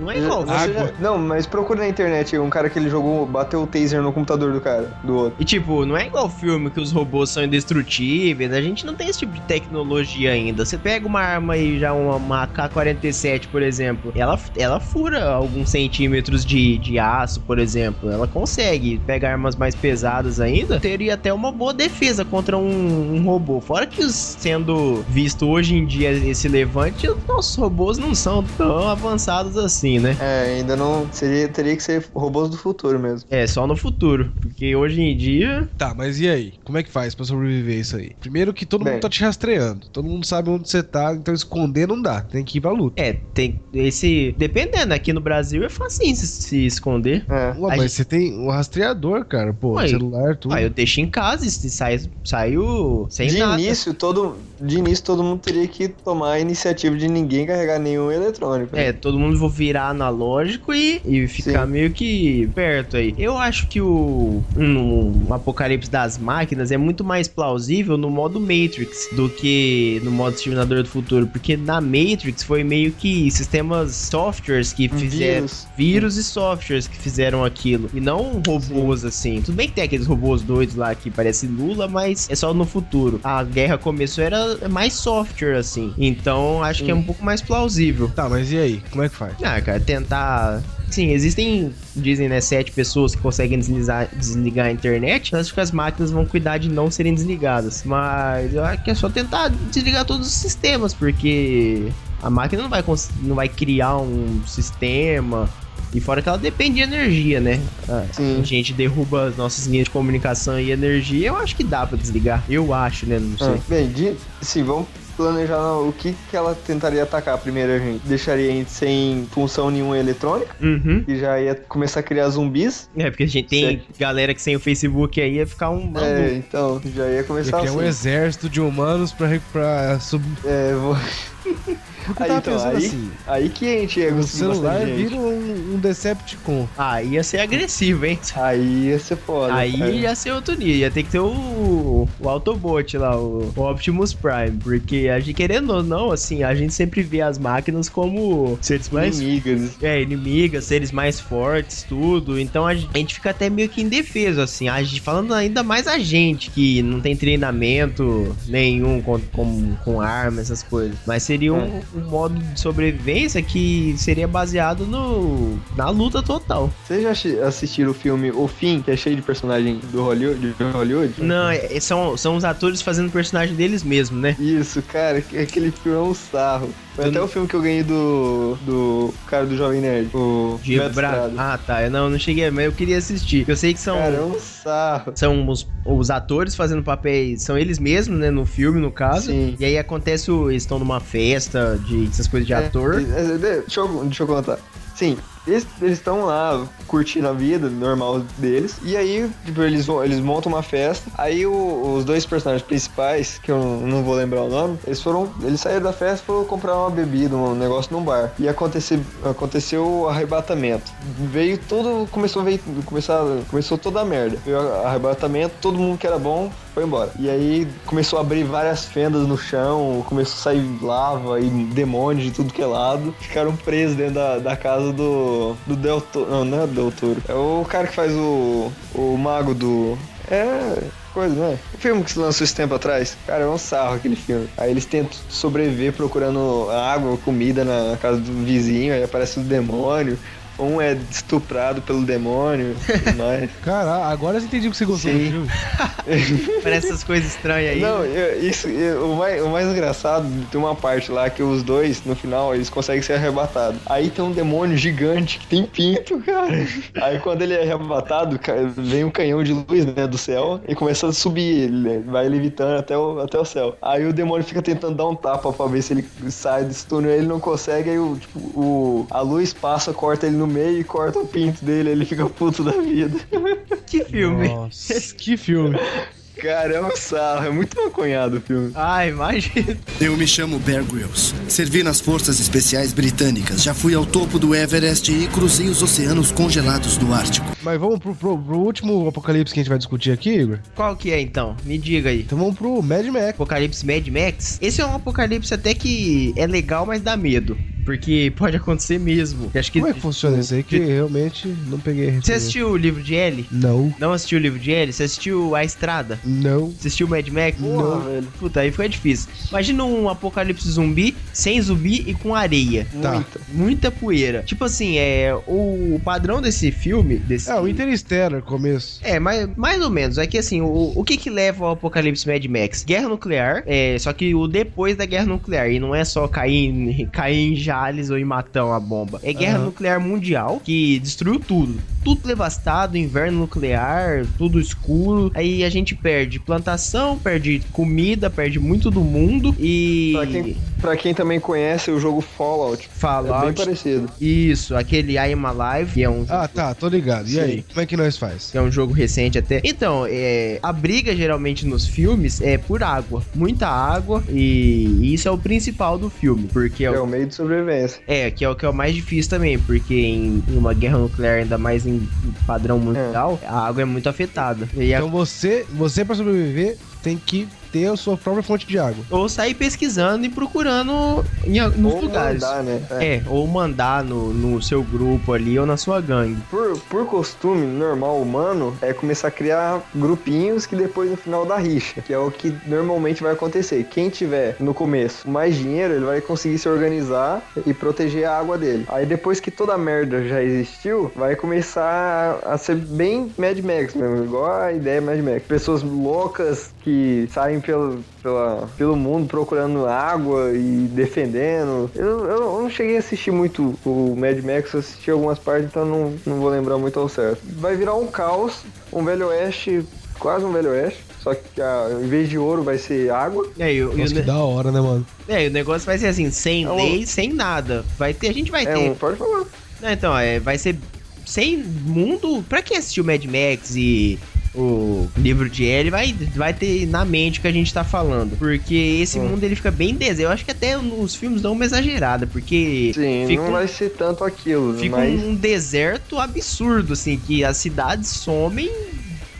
[SPEAKER 2] Não é igual.
[SPEAKER 3] Você
[SPEAKER 1] Ah,
[SPEAKER 2] você já-
[SPEAKER 3] já- Não, mas procura na internet aí um cara que ele jogou, bateu o taser no computador do cara, do outro.
[SPEAKER 2] E tipo, não é igual filme que os robôs são indestrutíveis. A gente não tem esse tipo de tecnologia ainda. Você pega uma arma aí, já uma, uma AK-47, por exemplo, ela, ela fura alguns centímetros de, de aço, por exemplo. Ela consegue pegar armas mais pesadas ainda. Teria até uma boa defesa contra um, um robô. Fora que os- sendo visto hoje em dia esse levante, os nossos robôs não são tão avançados assim, né?
[SPEAKER 3] É, ainda não. Seria, teria que ser robôs do futuro mesmo.
[SPEAKER 2] É, só no futuro. Porque hoje em dia
[SPEAKER 1] Tá, mas e aí? Como é que faz pra sobreviver isso aí? Primeiro que todo
[SPEAKER 3] Bem.
[SPEAKER 1] mundo tá te rastreando. Todo mundo sabe onde você tá, então esconder não dá. Tem que ir pra luta.
[SPEAKER 2] É, tem esse. Dependendo, aqui no Brasil é facinho se, se esconder.
[SPEAKER 3] É.
[SPEAKER 1] Ué,
[SPEAKER 2] A
[SPEAKER 1] mas
[SPEAKER 2] gente-
[SPEAKER 1] você tem o rastreador, cara. Pô,
[SPEAKER 2] Ué,
[SPEAKER 1] celular, tudo.
[SPEAKER 2] Ah, eu deixo em casa e se sai, saiu sem
[SPEAKER 3] de
[SPEAKER 2] nada.
[SPEAKER 3] início, todo. De início, todo mundo teria que tomar a iniciativa de ninguém carregar nenhum eletrônico. né?
[SPEAKER 2] É, todo mundo vou virar analógico e, e ficar meio que perto aí. Eu acho que o um, um apocalipse das máquinas é muito mais plausível no modo Matrix do que no modo Exterminador do Futuro, porque na Matrix foi meio que sistemas softwares
[SPEAKER 3] Um
[SPEAKER 2] que fizeram
[SPEAKER 3] Vírus.
[SPEAKER 2] vírus e softwares que fizeram aquilo. E não robôs assim. Tudo bem que tem aqueles robôs doidos lá que parece Lula, mas é só no futuro. A guerra começou, era mais software assim. Então acho que é um pouco mais plausível.
[SPEAKER 1] Tá, mas e aí? Como é que faz?
[SPEAKER 2] Ah, cara, tentar. Sim, existem, dizem, né, sete pessoas que conseguem deslizar- desligar a internet. Eu acho que as máquinas vão cuidar de não serem desligadas. Mas eu acho que é só tentar desligar todos os sistemas, porque a máquina não vai, cons- não vai criar um sistema. E fora que ela depende de energia, né?
[SPEAKER 3] Sim.
[SPEAKER 2] A gente derruba as nossas linhas de comunicação e energia. Eu acho que dá pra desligar. Eu acho, né? Não sei.
[SPEAKER 3] Ah, Bem, de, sim, vamos planejar o que, que ela tentaria atacar primeiro, a gente. Deixaria a gente sem função nenhuma eletrônica
[SPEAKER 2] Uhum.
[SPEAKER 3] e já ia começar a criar zumbis.
[SPEAKER 2] É, porque a gente tem galera que sem o Facebook aí ia ficar um maluco.
[SPEAKER 3] É, então, já ia
[SPEAKER 1] Ia
[SPEAKER 3] começar
[SPEAKER 1] criar um
[SPEAKER 3] assim.
[SPEAKER 1] exército de humanos pra recuperar. Sub...
[SPEAKER 3] É, vou...
[SPEAKER 1] Porque eu
[SPEAKER 3] Aí,
[SPEAKER 1] tava
[SPEAKER 3] então,
[SPEAKER 1] pensando
[SPEAKER 3] aí,
[SPEAKER 1] assim.
[SPEAKER 3] aí que a gente ia
[SPEAKER 1] O
[SPEAKER 3] conseguir
[SPEAKER 1] celular
[SPEAKER 3] bastante gente.
[SPEAKER 1] vira um, um Decepticon.
[SPEAKER 2] Ah, ia ser agressivo, hein?
[SPEAKER 3] Aí ia ser foda. cara.
[SPEAKER 2] Aí é ia ser outro nível, ia ter que ter o, o Autobot lá, o, o Optimus Prime, porque a gente, querendo ou não, assim, a gente sempre vê as máquinas como seres mais
[SPEAKER 3] Inimigas.
[SPEAKER 2] é, inimigas, seres mais fortes, tudo. Então a gente a gente fica até meio que indefeso, assim. A gente, falando ainda mais a gente, que não tem treinamento nenhum com, com, com arma, essas coisas. Mas seria
[SPEAKER 3] É.
[SPEAKER 2] um, um modo de sobrevivência que seria baseado no, na luta total.
[SPEAKER 3] Vocês já assi- assistiram o filme O Fim, que é cheio de personagem do Hollywood? De Hollywood?
[SPEAKER 1] Uhum.
[SPEAKER 2] Não, é- é- são, são os atores fazendo o personagem deles mesmo, né?
[SPEAKER 3] Isso, cara, que- aquele filme é um sarro. Foi
[SPEAKER 2] Eu
[SPEAKER 3] até
[SPEAKER 2] não-
[SPEAKER 3] o filme que eu ganhei do. do cara do Jovem Nerd. O
[SPEAKER 2] Diego
[SPEAKER 3] Beto
[SPEAKER 2] Braga.
[SPEAKER 3] Estrada.
[SPEAKER 2] Ah, tá. Eu não, não cheguei, mas eu queria assistir. Eu sei que são.
[SPEAKER 3] Cara, é um sarro.
[SPEAKER 2] São os, os atores fazendo papéis, são eles mesmos, né? No filme, no caso.
[SPEAKER 3] Sim.
[SPEAKER 2] E aí acontece o. Eles estão numa festa de essas coisas de ator.
[SPEAKER 3] É, é, é, deixa, eu, deixa eu contar. Sim, Eles estão lá curtindo a vida normal deles. E aí, tipo, eles, vão- eles montam uma festa. Aí o- os dois personagens principais, que eu não vou lembrar o nome, eles foram. Eles saíram da festa e foram comprar uma bebida, um negócio num bar. E aconteceu, aconteceu o arrebatamento. Veio todo. Começou, veio, começar, começou toda a merda. Veio o arrebatamento, todo mundo que era bom foi embora. E aí começou a abrir várias fendas no chão, começou a sair lava e demônios de tudo que é lado. Ficaram presos dentro da, da casa do. do Del Toro. Não, não é Del Toro. É o cara que faz o. o mago do. É. Coisa, né? O filme que se lançou esse tempo atrás. Cara, é um sarro aquele filme. Aí eles tentam sobreviver procurando água, comida na casa do vizinho, aí aparece o demônio. Um é estuprado pelo demônio, mas.
[SPEAKER 1] Caralho, agora eu entendi o que você gostou
[SPEAKER 3] Sim.
[SPEAKER 1] do filme.
[SPEAKER 2] Parece essas coisas estranhas aí.
[SPEAKER 3] Não, eu- isso, eu- o, mais, o mais engraçado, tem uma parte lá que os dois, no final, eles conseguem ser arrebatados. Aí tem um demônio gigante que tem pinto, cara. Aí quando ele é arrebatado, ca- vem um canhão de luz, né, do céu, e começa a subir, ele né? vai levitando até o, até o céu. Aí o demônio fica tentando dar um tapa pra ver se ele sai desse túnel, ele não consegue, aí o, tipo, o- a luz passa, corta ele no meio e corta o pinto dele, ele fica puto da vida.
[SPEAKER 2] Que filme.
[SPEAKER 1] Nossa, que filme.
[SPEAKER 3] Cara, é um sarro, é muito maconhado o filme.
[SPEAKER 2] Ah, imagina.
[SPEAKER 5] Eu me chamo Bear Grylls. Servi nas Forças Especiais Britânicas. Já fui ao topo do Everest e cruzei os oceanos congelados do Ártico.
[SPEAKER 1] Mas vamos pro, pro- pro último apocalipse que a gente vai discutir aqui, Igor.
[SPEAKER 2] Qual que é então? Me diga aí.
[SPEAKER 1] Então vamos pro Mad Max.
[SPEAKER 2] Apocalipse Mad Max. Esse é um apocalipse até que é legal, mas dá medo. Porque pode acontecer mesmo. Eu Acho que.
[SPEAKER 1] Como é que funciona isso aí? Que realmente não peguei. a
[SPEAKER 2] Você
[SPEAKER 1] referência.
[SPEAKER 2] assistiu o livro de L?
[SPEAKER 1] Não,
[SPEAKER 2] Não assistiu o livro de L? Você assistiu A Estrada?
[SPEAKER 1] não.
[SPEAKER 2] Você assistiu Mad Max?
[SPEAKER 3] Não, velho.
[SPEAKER 2] Puta, aí fica difícil. Imagina um apocalipse zumbi, sem zumbi e com areia.
[SPEAKER 1] Tá.
[SPEAKER 3] Muita.
[SPEAKER 2] Muita poeira. Tipo assim, é. O padrão desse filme. Desse...
[SPEAKER 1] É, o Interstellar, começo.
[SPEAKER 2] É, mais, mais ou menos. É que assim, o, o que que leva ao apocalipse Mad Max? Guerra nuclear, é, só que o depois da guerra nuclear. E não é só cair, em- cair em Jales ou em Matão a bomba. É guerra
[SPEAKER 1] Aham.
[SPEAKER 2] nuclear mundial que destruiu tudo. Tudo devastado, inverno nuclear, tudo escuro. Aí a gente perde plantação, perde comida, perde muito do mundo. E.
[SPEAKER 3] Pra quem- Pra quem também conhece o jogo Fallout, é bem
[SPEAKER 2] Fallout.
[SPEAKER 3] parecido.
[SPEAKER 2] isso, aquele I Am Alive, que é um
[SPEAKER 1] Ah, tá, tô ligado. E
[SPEAKER 2] Sim.
[SPEAKER 1] aí, como é que nós faz?
[SPEAKER 2] que é um jogo recente até. Então, é, a briga geralmente nos filmes é por água, muita água e isso é o principal do filme, porque é
[SPEAKER 3] É
[SPEAKER 2] o,
[SPEAKER 3] o meio de sobrevivência.
[SPEAKER 2] é, que é o que é o mais difícil também, porque em, em uma guerra nuclear, ainda mais em padrão mundial, a água é muito afetada. E a-
[SPEAKER 1] Então você, você pra sobreviver, tem que ter a sua própria fonte de água.
[SPEAKER 2] ou sair pesquisando e procurando em, a- nos
[SPEAKER 3] Ou
[SPEAKER 2] lugares.
[SPEAKER 3] mandar, né? É.
[SPEAKER 2] É, ou mandar no, no seu grupo ali ou na sua gangue.
[SPEAKER 3] Por, por costume normal humano, é começar a criar grupinhos que depois no final dá rixa, que é o que normalmente vai acontecer. Quem tiver no começo mais dinheiro, ele vai conseguir se organizar e proteger a água dele. Aí depois que toda a merda já existiu, vai começar a ser bem Mad Max mesmo, igual a ideia Mad Max. Pessoas loucas que saem pelo, pela, pelo mundo procurando água e defendendo. Eu, eu, eu não cheguei a assistir muito o Mad Max, eu assisti algumas partes, então não, não vou lembrar muito ao certo. Vai virar um caos, um velho oeste, quase um velho oeste, só que ah, em vez de ouro vai ser água.
[SPEAKER 2] É, e, o- e o
[SPEAKER 1] Nossa, que
[SPEAKER 2] ne-
[SPEAKER 1] da hora, né, mano?
[SPEAKER 2] é, e o negócio vai ser assim, sem
[SPEAKER 3] É um-
[SPEAKER 2] lei, sem nada. Vai ter, a gente vai
[SPEAKER 3] É
[SPEAKER 2] ter
[SPEAKER 3] um, pode falar.
[SPEAKER 2] Não, então, é, vai ser sem mundo. Pra quem assistiu Mad Max e o livro de L, vai, vai ter na mente o que a gente tá falando. Porque esse
[SPEAKER 3] Hum.
[SPEAKER 2] mundo ele fica bem desenho. Eu acho que até os filmes dão uma exagerada, porque
[SPEAKER 3] Sim,
[SPEAKER 2] fica
[SPEAKER 3] não
[SPEAKER 2] um-
[SPEAKER 3] vai ser tanto aquilo,
[SPEAKER 2] fica
[SPEAKER 3] mas
[SPEAKER 2] um deserto absurdo, assim, que as cidades somem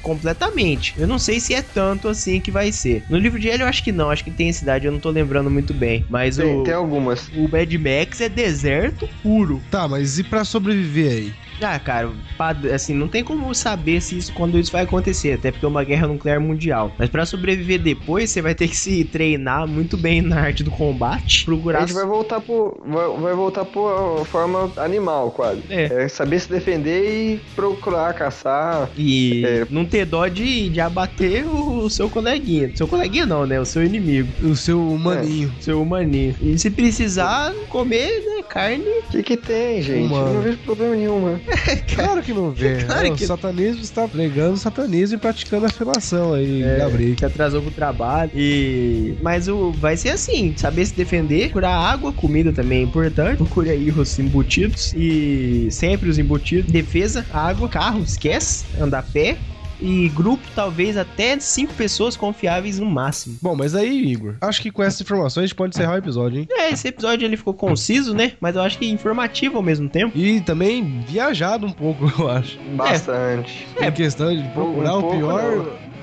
[SPEAKER 2] completamente. Eu não sei se é tanto assim que vai ser. No livro de L eu acho que não, acho que tem cidade, eu não tô lembrando muito bem. Mas
[SPEAKER 3] tem,
[SPEAKER 2] o,
[SPEAKER 3] tem algumas.
[SPEAKER 2] o Mad Max é deserto puro.
[SPEAKER 1] Tá, mas e pra sobreviver aí?
[SPEAKER 2] Ah, cara, pad- assim, não tem como saber se isso, quando isso vai acontecer, até porque é uma guerra nuclear mundial. Mas pra sobreviver depois, você vai ter que se treinar muito bem na arte do combate,
[SPEAKER 3] A
[SPEAKER 2] procurar
[SPEAKER 3] gente vai voltar pro. Vai, vai voltar pro forma animal, quase.
[SPEAKER 2] É.
[SPEAKER 3] É. saber se defender e procurar caçar.
[SPEAKER 2] e
[SPEAKER 3] É.
[SPEAKER 2] não ter dó de, de abater o, o seu coleguinha. Seu coleguinha não, né? O seu inimigo,
[SPEAKER 1] O seu maninho.
[SPEAKER 2] o seu humaninho. E se precisar comer, né, carne.
[SPEAKER 3] O que, que tem, gente?
[SPEAKER 1] Humano.
[SPEAKER 3] Eu não vejo problema nenhum, né? mano.
[SPEAKER 1] Claro que não vê.
[SPEAKER 2] É. Claro
[SPEAKER 1] Não,
[SPEAKER 2] que-
[SPEAKER 1] O satanismo está pregando satanismo e praticando a filação aí,
[SPEAKER 2] É.
[SPEAKER 1] Gabriel.
[SPEAKER 2] Se atrasou pro trabalho e... Mas o... vai ser assim, saber se defender, curar água, comida também é importante, procure aí os embutidos e sempre os embutidos, defesa, água, carro, esquece, andar a pé e grupo talvez até cinco pessoas confiáveis no máximo.
[SPEAKER 1] Bom, mas aí, Igor, acho que com essas informações a gente pode encerrar o episódio, hein?
[SPEAKER 2] É, esse episódio ele ficou conciso, né? Mas eu acho que informativo ao mesmo tempo.
[SPEAKER 1] E também viajado um pouco, eu acho.
[SPEAKER 3] Bastante.
[SPEAKER 2] É.
[SPEAKER 1] Em questão de procurar
[SPEAKER 3] Um
[SPEAKER 1] o
[SPEAKER 3] pouco,
[SPEAKER 1] pior.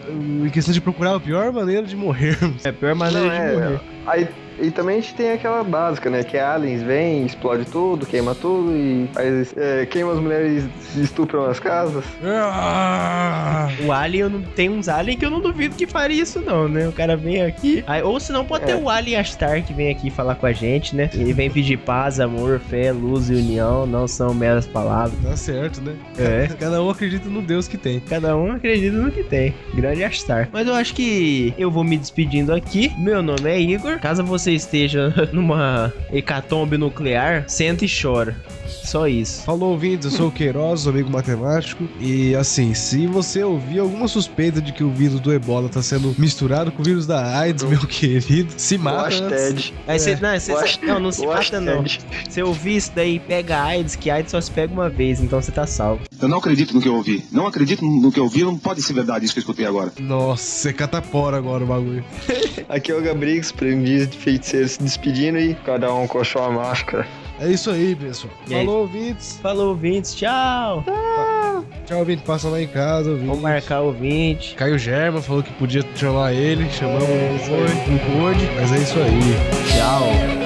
[SPEAKER 3] não.
[SPEAKER 1] Em questão de procurar a pior maneira de morrermos.
[SPEAKER 2] É a pior maneira
[SPEAKER 3] Não,
[SPEAKER 2] de
[SPEAKER 3] é,
[SPEAKER 2] morrer.
[SPEAKER 3] Aí, e também a gente tem aquela básica, né? Que é aliens vem, explode tudo, queima tudo e faz, é, queima as mulheres, estupram as casas.
[SPEAKER 1] Ah,
[SPEAKER 2] O Alien, eu não, tem uns Alien que eu não duvido que faria isso, não, né? O cara vem aqui. Aí, ou senão pode ter
[SPEAKER 3] É.
[SPEAKER 2] o Alien Astar que vem aqui falar com a gente, né? Ele vem pedir paz, amor, fé, luz e união. Não são meras palavras.
[SPEAKER 1] Tá certo, né?
[SPEAKER 2] É.
[SPEAKER 1] Cada um acredita no Deus que tem.
[SPEAKER 2] Cada um acredita no que tem. Grande Astar. Mas eu acho que eu vou me despedindo aqui. Meu nome é Igor. Caso você esteja numa hecatombe nuclear, senta e chora. Só isso.
[SPEAKER 1] Falou, ouvintes, eu sou o Queiroz, amigo matemático. E assim, se você ouvir alguma suspeita de que o vírus do ebola tá sendo misturado com o vírus da AIDS, meu querido, se
[SPEAKER 3] O
[SPEAKER 1] mata.
[SPEAKER 2] é
[SPEAKER 1] antes.
[SPEAKER 3] hashtag.
[SPEAKER 2] Aí você, não, você-
[SPEAKER 3] O hash-
[SPEAKER 2] não, não se
[SPEAKER 3] o
[SPEAKER 2] mata não.
[SPEAKER 3] hashtag.
[SPEAKER 2] Se eu ouvir isso daí, pega AIDS, que AIDS só se pega uma vez, então você tá salvo.
[SPEAKER 7] Eu não acredito no que eu ouvi. Não acredito no que eu ouvi. Não pode ser verdade isso que eu escutei agora.
[SPEAKER 1] Nossa, é catapora agora o bagulho.
[SPEAKER 3] Aqui é o Gabrix, aprendiz de feiticeiro se despedindo e cada um com a sua máscara.
[SPEAKER 1] É isso aí, pessoal.
[SPEAKER 2] E é
[SPEAKER 1] Falou, ouvintes.
[SPEAKER 2] Falou, ouvintes, tchau!
[SPEAKER 1] Tchau, ouvinte. Passa lá em casa, ouvinte.
[SPEAKER 2] Vamos marcar o ouvinte.
[SPEAKER 1] Caio Germa falou que podia chamar ele, chamamos, não foi, não pôde, mas é isso aí.
[SPEAKER 2] Tchau!